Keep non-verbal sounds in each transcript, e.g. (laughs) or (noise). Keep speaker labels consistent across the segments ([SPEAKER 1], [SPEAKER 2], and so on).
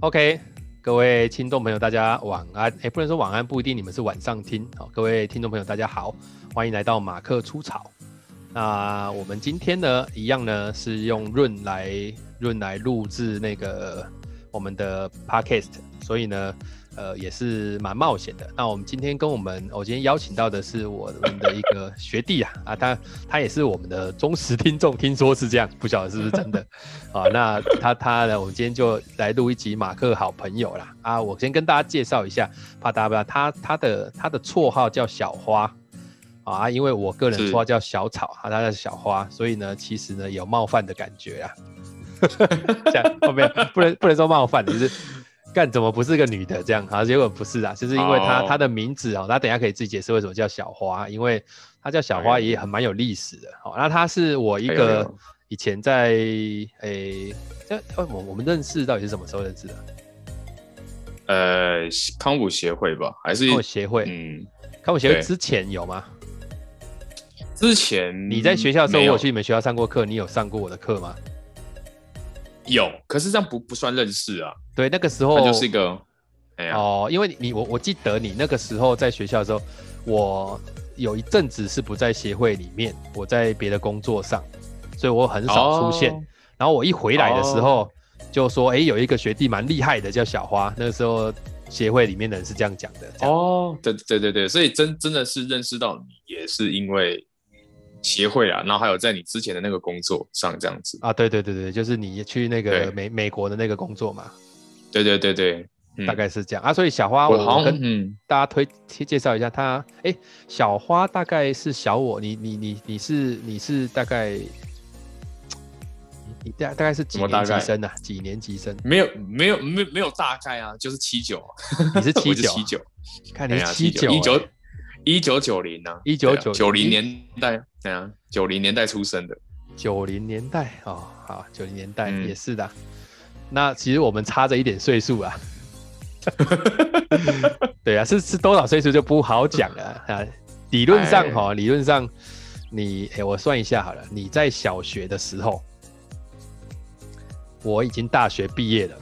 [SPEAKER 1] OK，各位听众朋友，大家晚安。哎，不能说晚安，不一定你们是晚上听。好、各位听众朋友，大家好，欢迎来到马克出草。那我们今天呢，一样呢是用润来润来录制那个我们的 Podcast，所以呢，呃，也是蛮冒险的。那我们今天跟我们，我今天邀请到的是我们的一个学弟啊，啊，他他也是我们的忠实听众，听说是这样，不晓得是不是真的。啊，那他他呢？我们今天就来录一集马克好朋友啦。啊，我先跟大家介绍一下，怕大家不知道他他的他的绰号叫小花啊，因为我个人
[SPEAKER 2] 是
[SPEAKER 1] 绰号叫小草，啊，他叫小花，所以呢，其实呢有冒犯的感觉
[SPEAKER 2] (laughs)
[SPEAKER 1] 啊。这样哦，没有，不能不能说冒犯，就是干怎么不是个女的这样啊？结果不是啊，就是因为她
[SPEAKER 2] 哦
[SPEAKER 1] 她的名字哦，她等一下可以自己解释为什么叫小花，因为她叫小花
[SPEAKER 2] 哎
[SPEAKER 1] 也很蛮有历史的。哦，那她是我一
[SPEAKER 2] 哎呦哎
[SPEAKER 1] 个
[SPEAKER 2] 呦
[SPEAKER 1] 以前在诶，这呃我我们认识到底是什么时候认识的？
[SPEAKER 2] 呃，康复协会吧，还是
[SPEAKER 1] 康复哦协会，
[SPEAKER 2] 嗯，
[SPEAKER 1] 康复协会
[SPEAKER 2] 对
[SPEAKER 1] 之前有吗？
[SPEAKER 2] 之前
[SPEAKER 1] 你在学校的时候，我
[SPEAKER 2] 没有
[SPEAKER 1] 有去你们学校上过课，你有上过我的课吗？
[SPEAKER 2] 有，可是这样不不算认识啊，
[SPEAKER 1] 对，那个时候
[SPEAKER 2] 它就是一个，哎呀，
[SPEAKER 1] 哦，因为你你我我记得你那个时候在学校的时候，我有一阵子是不在协会里面，我在别的工作上，所以我很少出现。
[SPEAKER 2] 哦
[SPEAKER 1] 然后我一回来的时候，就说哎、诶有一个学弟蛮厉害的，叫小花。那个时候协会里面的人是这样讲的。这样
[SPEAKER 2] 哦，对对对对，所以真真的是认识到你，也是因为协会啊，然后还有在你之前的那个工作上这样子，
[SPEAKER 1] 啊，对对对对，就是你去那个
[SPEAKER 2] 对
[SPEAKER 1] 美美国的那个工作嘛，
[SPEAKER 2] 对对对对，嗯
[SPEAKER 1] 大概是这样啊。所以小花，
[SPEAKER 2] 我
[SPEAKER 1] 我
[SPEAKER 2] 好
[SPEAKER 1] 我
[SPEAKER 2] 像
[SPEAKER 1] 跟
[SPEAKER 2] 嗯，
[SPEAKER 1] 大家推介介绍一下她。哎，小花大概是小我，你你你你是你是大概，你你大大概是几
[SPEAKER 2] 什么大
[SPEAKER 1] 年级
[SPEAKER 2] 概
[SPEAKER 1] 生啊？几年级
[SPEAKER 2] (laughs)
[SPEAKER 1] 生？
[SPEAKER 2] 没有没有没有没有大概啊，就是七九，
[SPEAKER 1] 你是
[SPEAKER 2] 我
[SPEAKER 1] 七
[SPEAKER 2] 是
[SPEAKER 1] 九，啊
[SPEAKER 2] 七，九，
[SPEAKER 1] 看你
[SPEAKER 2] 哎
[SPEAKER 1] 是
[SPEAKER 2] 呀，
[SPEAKER 1] 七
[SPEAKER 2] 九一
[SPEAKER 1] 九
[SPEAKER 2] 九一九九零啊，
[SPEAKER 1] 1990
[SPEAKER 2] 九零年代，对啊，九零年代出生的。
[SPEAKER 1] 九零年代哦，好，九零年代
[SPEAKER 2] 嗯
[SPEAKER 1] 也是的啊。那其实我们差着一点岁数
[SPEAKER 2] (laughs)
[SPEAKER 1] 啊。对啊，是是多少岁数就不好讲
[SPEAKER 2] (laughs)
[SPEAKER 1] 了啊啊。理论上
[SPEAKER 2] 哎
[SPEAKER 1] 哈、理论上你哎、我算一下好了，你在小学的时候，我已经大学毕业
[SPEAKER 2] (laughs)
[SPEAKER 1] 了。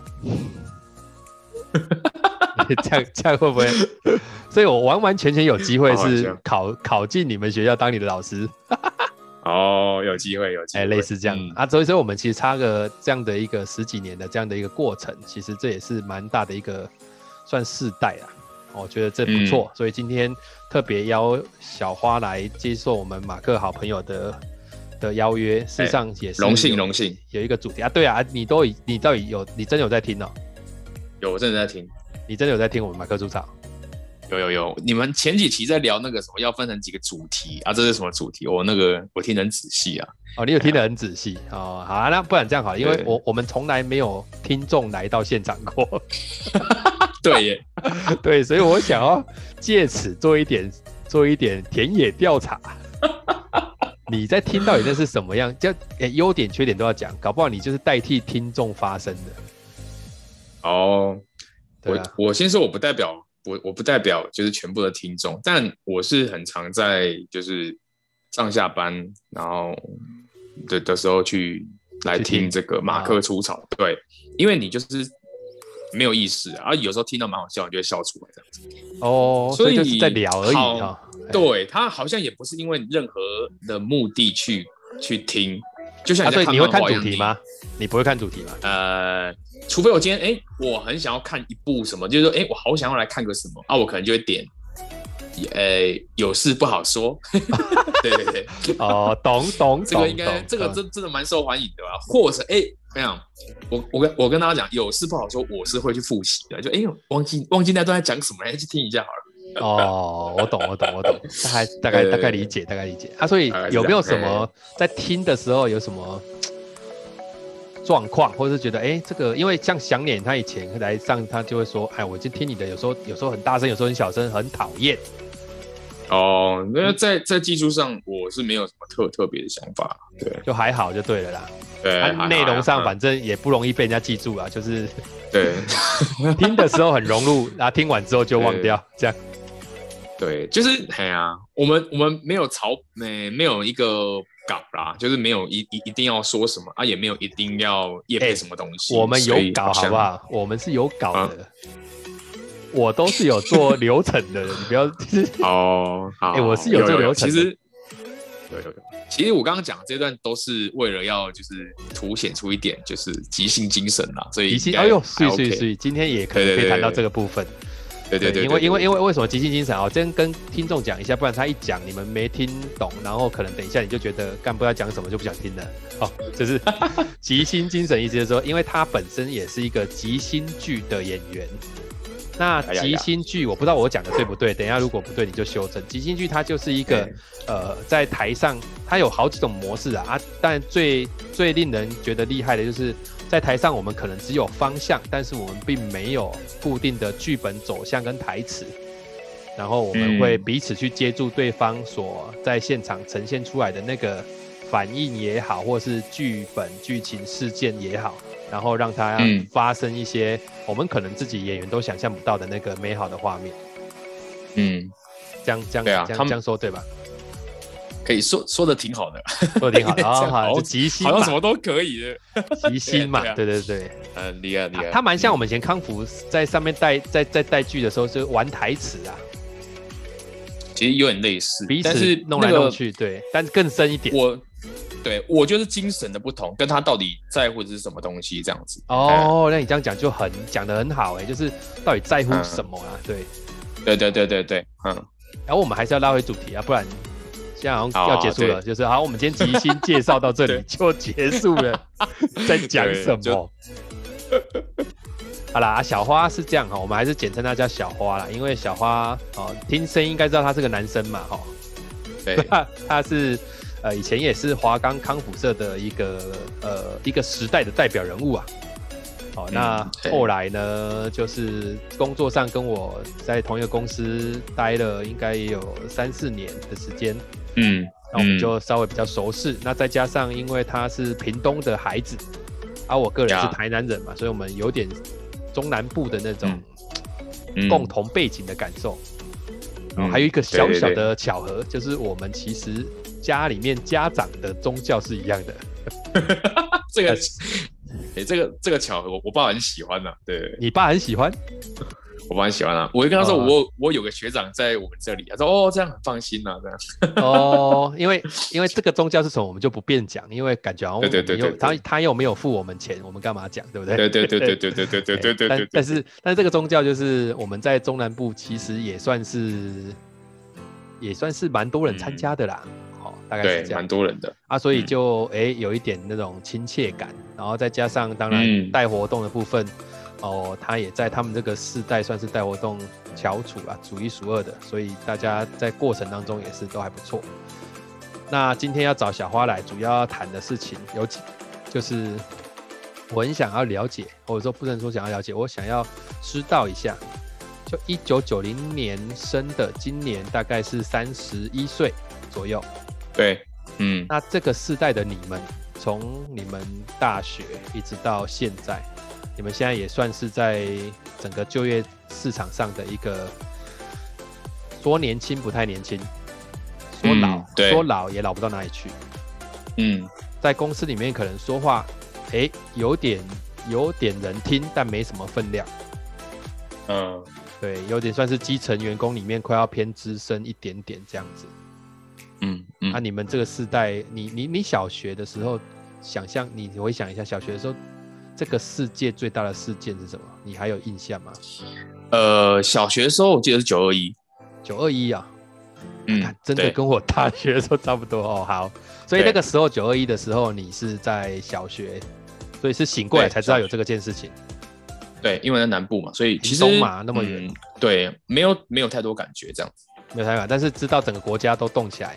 [SPEAKER 1] 这样这样会不 (laughs) 会？所以我完完全全有机会
[SPEAKER 2] 好好
[SPEAKER 1] 是
[SPEAKER 2] 笑
[SPEAKER 1] 考考进你们学校当你的老师。
[SPEAKER 2] 哦，有机会，有机
[SPEAKER 1] 哎、
[SPEAKER 2] 会，
[SPEAKER 1] 类似这样、
[SPEAKER 2] 嗯
[SPEAKER 1] 啊，所以说我们其实差个这样的一个十几年的这样的一个过程，其实这也是蛮大的一个算世代啊，我觉得这
[SPEAKER 2] 嗯
[SPEAKER 1] 不错、所以今天特别邀小花来接受我们马克好朋友的的邀约，事实上也是
[SPEAKER 2] 哎荣幸
[SPEAKER 1] 有
[SPEAKER 2] 荣幸，
[SPEAKER 1] 有一个主题啊，对啊，你都已你到底有你真有在听哦，
[SPEAKER 2] 有我真的在听，
[SPEAKER 1] 你真的有在听我们马克主场
[SPEAKER 2] 有有有，你们前几期在聊那个什么，要分成几个主题啊？这是什么主题？我那个我听得很仔细啊。
[SPEAKER 1] 哦，你有听得很仔细哦，好、啊，那不然这样好了，因为
[SPEAKER 2] 对
[SPEAKER 1] 我我们从来没有听众来到现场过。
[SPEAKER 2] 对耶， (laughs)
[SPEAKER 1] 对，所以我想要借此做一点做一点田野调查。你在听到底那是什么样？就诶优点缺点都要讲，搞不好你就是代替听众发声的，
[SPEAKER 2] 哦，
[SPEAKER 1] 对啊，
[SPEAKER 2] 我我先说，我不代表我我不代表就是全部的听众，但我是很常在就是上下班，然后的的时候去来
[SPEAKER 1] 去听
[SPEAKER 2] 听这个马
[SPEAKER 1] 啊
[SPEAKER 2] 克出场。对，因为你就是没有意识啊，啊有时候听到蛮好笑，你就会笑出来这样子。
[SPEAKER 1] 哦，所
[SPEAKER 2] 所
[SPEAKER 1] 以
[SPEAKER 2] 以
[SPEAKER 1] 就是在聊而已
[SPEAKER 2] 好
[SPEAKER 1] 啊、哎
[SPEAKER 2] 对他好像也不是因为任何的目的去去听，就像
[SPEAKER 1] 啊，
[SPEAKER 2] 你在
[SPEAKER 1] 对，
[SPEAKER 2] 看
[SPEAKER 1] 你会
[SPEAKER 2] 漫
[SPEAKER 1] 看
[SPEAKER 2] 画一
[SPEAKER 1] 主
[SPEAKER 2] 样。
[SPEAKER 1] 题吗？你不会看主题吗？
[SPEAKER 2] 呃，除非我今天哎、诶我很想要看一部什么，就是说哎、诶我好想要来看个什么啊，我可能就会点，呃，有事不好说。 (laughs) 对对对，
[SPEAKER 1] 哦，懂懂
[SPEAKER 2] (laughs) 这个
[SPEAKER 1] 懂
[SPEAKER 2] 应该
[SPEAKER 1] 懂，
[SPEAKER 2] 这个
[SPEAKER 1] 懂
[SPEAKER 2] 真真的蛮受欢迎的吧？或者哎，诶我、想我我跟我跟大家讲，有事不好说，我是会去复习的。就哎、诶忘记忘记那段在讲什么，哎、去听一下好了。 (laughs)
[SPEAKER 1] 哦，我懂，我懂，我懂，大概大概
[SPEAKER 2] 对对
[SPEAKER 1] 大概
[SPEAKER 2] 对
[SPEAKER 1] 理解，大概理解啊。所以
[SPEAKER 2] 大概是
[SPEAKER 1] 有没有
[SPEAKER 2] 这
[SPEAKER 1] 什
[SPEAKER 2] 样
[SPEAKER 1] 么在听的时候有什么状况，或者是觉得哎、诶这个，因为像想脸他以前来上，他就会说，哎，我就听你的，有时候有时候很大声，有时候很小声，很讨厌。
[SPEAKER 2] 哦，
[SPEAKER 1] 嗯
[SPEAKER 2] 那在在技术上，我是没有什么特特别的想法。对
[SPEAKER 1] 就还好就对了啦，
[SPEAKER 2] 对，哎还
[SPEAKER 1] 啊
[SPEAKER 2] 好
[SPEAKER 1] 内、容上
[SPEAKER 2] 还好嗯
[SPEAKER 1] 反正也不容易被人家记住啊，就是
[SPEAKER 2] 对
[SPEAKER 1] 听的时候很融入，然后听完之后就忘
[SPEAKER 2] (laughs)
[SPEAKER 1] 掉，这样
[SPEAKER 2] 啊对，就是哎呀、我们我们没有朝没没有一个稿啦，就是没有一一一定要说什么啊，也没有一定要业
[SPEAKER 1] 哎
[SPEAKER 2] 配什么东西。
[SPEAKER 1] 我们有
[SPEAKER 2] 所以嗯
[SPEAKER 1] 搞好
[SPEAKER 2] 像
[SPEAKER 1] 不？好？我们是有搞的，我都是有做流程的，你不要。 (laughs)
[SPEAKER 2] 哦，好，
[SPEAKER 1] 哎我是有
[SPEAKER 2] 有
[SPEAKER 1] 这个
[SPEAKER 2] 有
[SPEAKER 1] 流程
[SPEAKER 2] 其
[SPEAKER 1] 的
[SPEAKER 2] (laughs) 实有有有，其实我刚刚讲这段都是为了要就是凸显出一点就是即兴精神啦，所以
[SPEAKER 1] 即兴，
[SPEAKER 2] 应该
[SPEAKER 1] 哎呦，
[SPEAKER 2] 还
[SPEAKER 1] 是是
[SPEAKER 2] OK，
[SPEAKER 1] 是，今天也可能
[SPEAKER 2] 对对
[SPEAKER 1] 可以
[SPEAKER 2] 对
[SPEAKER 1] 谈到
[SPEAKER 2] 对
[SPEAKER 1] 这个部分。
[SPEAKER 2] 对对对，
[SPEAKER 1] 因为因为因
[SPEAKER 2] 为
[SPEAKER 1] 为为什么即兴精神啊？我先跟听众讲一下，不然他一讲你们没听懂，然后可能等一下你就觉得干不知道讲什么就不想听了。哦，就是 (laughs) 即兴精神，意思就是说，因为他本身也是一个即兴剧的演员。那
[SPEAKER 2] 哎呀
[SPEAKER 1] 即
[SPEAKER 2] 呀
[SPEAKER 1] 兴剧，我不知道我讲的对不对，等一下如果不对你就修正。即兴剧它就是一个
[SPEAKER 2] 对
[SPEAKER 1] 呃，在台上它有好几种模式啊，啊，但最最令人觉得厉害的就是在台上我们可能只有方向，但是我们并没有固定的剧本走向跟台词，然后我们
[SPEAKER 2] 嗯
[SPEAKER 1] 会彼此去接住对方所在现场呈现出来的那个反应也好，或是剧本剧情事件也好，然后让它
[SPEAKER 2] 嗯
[SPEAKER 1] 发生一些我们可能自己演员都想象不到的那个美好的画面。
[SPEAKER 2] 嗯，
[SPEAKER 1] 这样这样
[SPEAKER 2] 对啊
[SPEAKER 1] 这样
[SPEAKER 2] 他们
[SPEAKER 1] 这样说对吧？ (laughs)
[SPEAKER 2] 可以说说的挺好的，
[SPEAKER 1] 说的挺好
[SPEAKER 2] (laughs)
[SPEAKER 1] 的，哦
[SPEAKER 2] 这
[SPEAKER 1] 好
[SPEAKER 2] 样
[SPEAKER 1] 好，
[SPEAKER 2] 好
[SPEAKER 1] 就即兴
[SPEAKER 2] 好像
[SPEAKER 1] 嘛
[SPEAKER 2] 什，么都可以的，
[SPEAKER 1] 即兴嘛
[SPEAKER 2] (laughs) 对，啊
[SPEAKER 1] 对对对，
[SPEAKER 2] 嗯，厉害厉害，
[SPEAKER 1] 他蛮像我们以前康福在上面带在在带剧的时候，就玩台词啊，
[SPEAKER 2] 其实有点类似，
[SPEAKER 1] 彼
[SPEAKER 2] 但
[SPEAKER 1] 此
[SPEAKER 2] 是
[SPEAKER 1] 弄
[SPEAKER 2] 那
[SPEAKER 1] 来
[SPEAKER 2] 个
[SPEAKER 1] 弄去，对，但是更深一点。
[SPEAKER 2] 我对我就是精神的不同，跟他到底在乎的是什么东西这样子。
[SPEAKER 1] 哦，那你这样讲就很讲的很好哎、就是到底在乎什么啊？对，
[SPEAKER 2] 嗯，对对对对对，嗯，
[SPEAKER 1] 然后我们还是要拉回主题啊，不然现在好像
[SPEAKER 2] 哦
[SPEAKER 1] 要结束了，就是好，我们今天即兴介绍到这里
[SPEAKER 2] (laughs) 对
[SPEAKER 1] 就结束
[SPEAKER 2] (laughs)
[SPEAKER 1] 了，在讲什
[SPEAKER 2] 对
[SPEAKER 1] 么
[SPEAKER 2] 就？
[SPEAKER 1] 好啦，啊小花是这样哈，我们还是简称她叫小花啦，因为小花哦，听声音应该知道她是个男生嘛哈、
[SPEAKER 2] 对，
[SPEAKER 1] 他他是呃以前也是华冈康复社的一个呃一个时代的代表人物啊。好、那
[SPEAKER 2] 对
[SPEAKER 1] 后来呢，就是工作上跟我在同一个公司待了应该也有三四年的时间，
[SPEAKER 2] 嗯
[SPEAKER 1] 那我们就稍微比较熟识。那再加上因为他是屏东的孩子，而、我个人是
[SPEAKER 2] 呀
[SPEAKER 1] 台南人嘛，所以我们有点中南部的那种
[SPEAKER 2] 嗯嗯
[SPEAKER 1] 共同背景的感受。然后
[SPEAKER 2] 嗯
[SPEAKER 1] 还有一个小小
[SPEAKER 2] 对对
[SPEAKER 1] 的巧合，就是我们其实家里面家长的宗教是一样的。
[SPEAKER 2] 这个，哎，这个这个巧合，我我爸很喜欢的，对
[SPEAKER 1] 你爸很喜
[SPEAKER 2] (laughs)
[SPEAKER 1] 欢，
[SPEAKER 2] 我爸很喜欢啊。我就跟他说，
[SPEAKER 1] 哦
[SPEAKER 2] 我我有个学长在我们这里，他说哦，这样很放心呐，这样。
[SPEAKER 1] 哦，因为因为这个宗教是什么，我们就不便讲，因为感觉好像我们
[SPEAKER 2] 对对对
[SPEAKER 1] 又
[SPEAKER 2] 对对
[SPEAKER 1] 他他又没有付我们钱，我们干嘛讲，对不对？
[SPEAKER 2] 对对对对对对对对对
[SPEAKER 1] 哎
[SPEAKER 2] 对
[SPEAKER 1] 但
[SPEAKER 2] 对
[SPEAKER 1] 但
[SPEAKER 2] 对，
[SPEAKER 1] 是但是这个宗教就是我们在中南部其实也算是也算是蛮多人
[SPEAKER 2] 嗯
[SPEAKER 1] 参加的啦，好、大概是
[SPEAKER 2] 对
[SPEAKER 1] 这样
[SPEAKER 2] 蛮。多人的，
[SPEAKER 1] 啊，所以
[SPEAKER 2] 嗯
[SPEAKER 1] 就诶有一点那种亲切感，然后再加上当然
[SPEAKER 2] 嗯
[SPEAKER 1] 带活动的部分，哦，他也在他们这个世代算是带活动翘楚啦，数一数二的，所以大家在过程当中也是都还不错。那今天要找小花来，主要要谈的事情有几，就是我很想要了解，或者说不能说想要了解，我想要知道一下，就一九九零年生的，今年大概是三十一岁左右。
[SPEAKER 2] 对，嗯
[SPEAKER 1] 那这个世代的你们，从你们大学一直到现在，你们现在也算是在整个就业市场上的一个说年轻不太年轻，说
[SPEAKER 2] 嗯
[SPEAKER 1] 老、
[SPEAKER 2] 对
[SPEAKER 1] 说老也老不到哪里去。
[SPEAKER 2] 嗯，
[SPEAKER 1] 在公司里面可能说话，诶，有点有点人听，但没什么分量。
[SPEAKER 2] 嗯
[SPEAKER 1] 对，有点算是基层员工里面快要偏资深一点点这样子。
[SPEAKER 2] 嗯嗯
[SPEAKER 1] 那、啊你们这个世代，你你你小学的时候，想象你你回想一下，小学的时候，这个世界最大的事件是什么？你还有印象吗？
[SPEAKER 2] 呃，小学的时候我记得是九二一，
[SPEAKER 1] 九二一啊，
[SPEAKER 2] 嗯
[SPEAKER 1] 看，真的
[SPEAKER 2] 对
[SPEAKER 1] 跟我大学的时候差不多哦。好，所以
[SPEAKER 2] 对
[SPEAKER 1] 那个时候九二一的时候，你是在小学，所以是醒过来
[SPEAKER 2] 对
[SPEAKER 1] 才知道
[SPEAKER 2] 小
[SPEAKER 1] 有这个件事情。
[SPEAKER 2] 对，因为在南部嘛，所以其实
[SPEAKER 1] 屏东嘛那么远
[SPEAKER 2] 嗯对，没有没有太多感觉这样子。
[SPEAKER 1] 没有太晚，但是知道整个国家都动起来。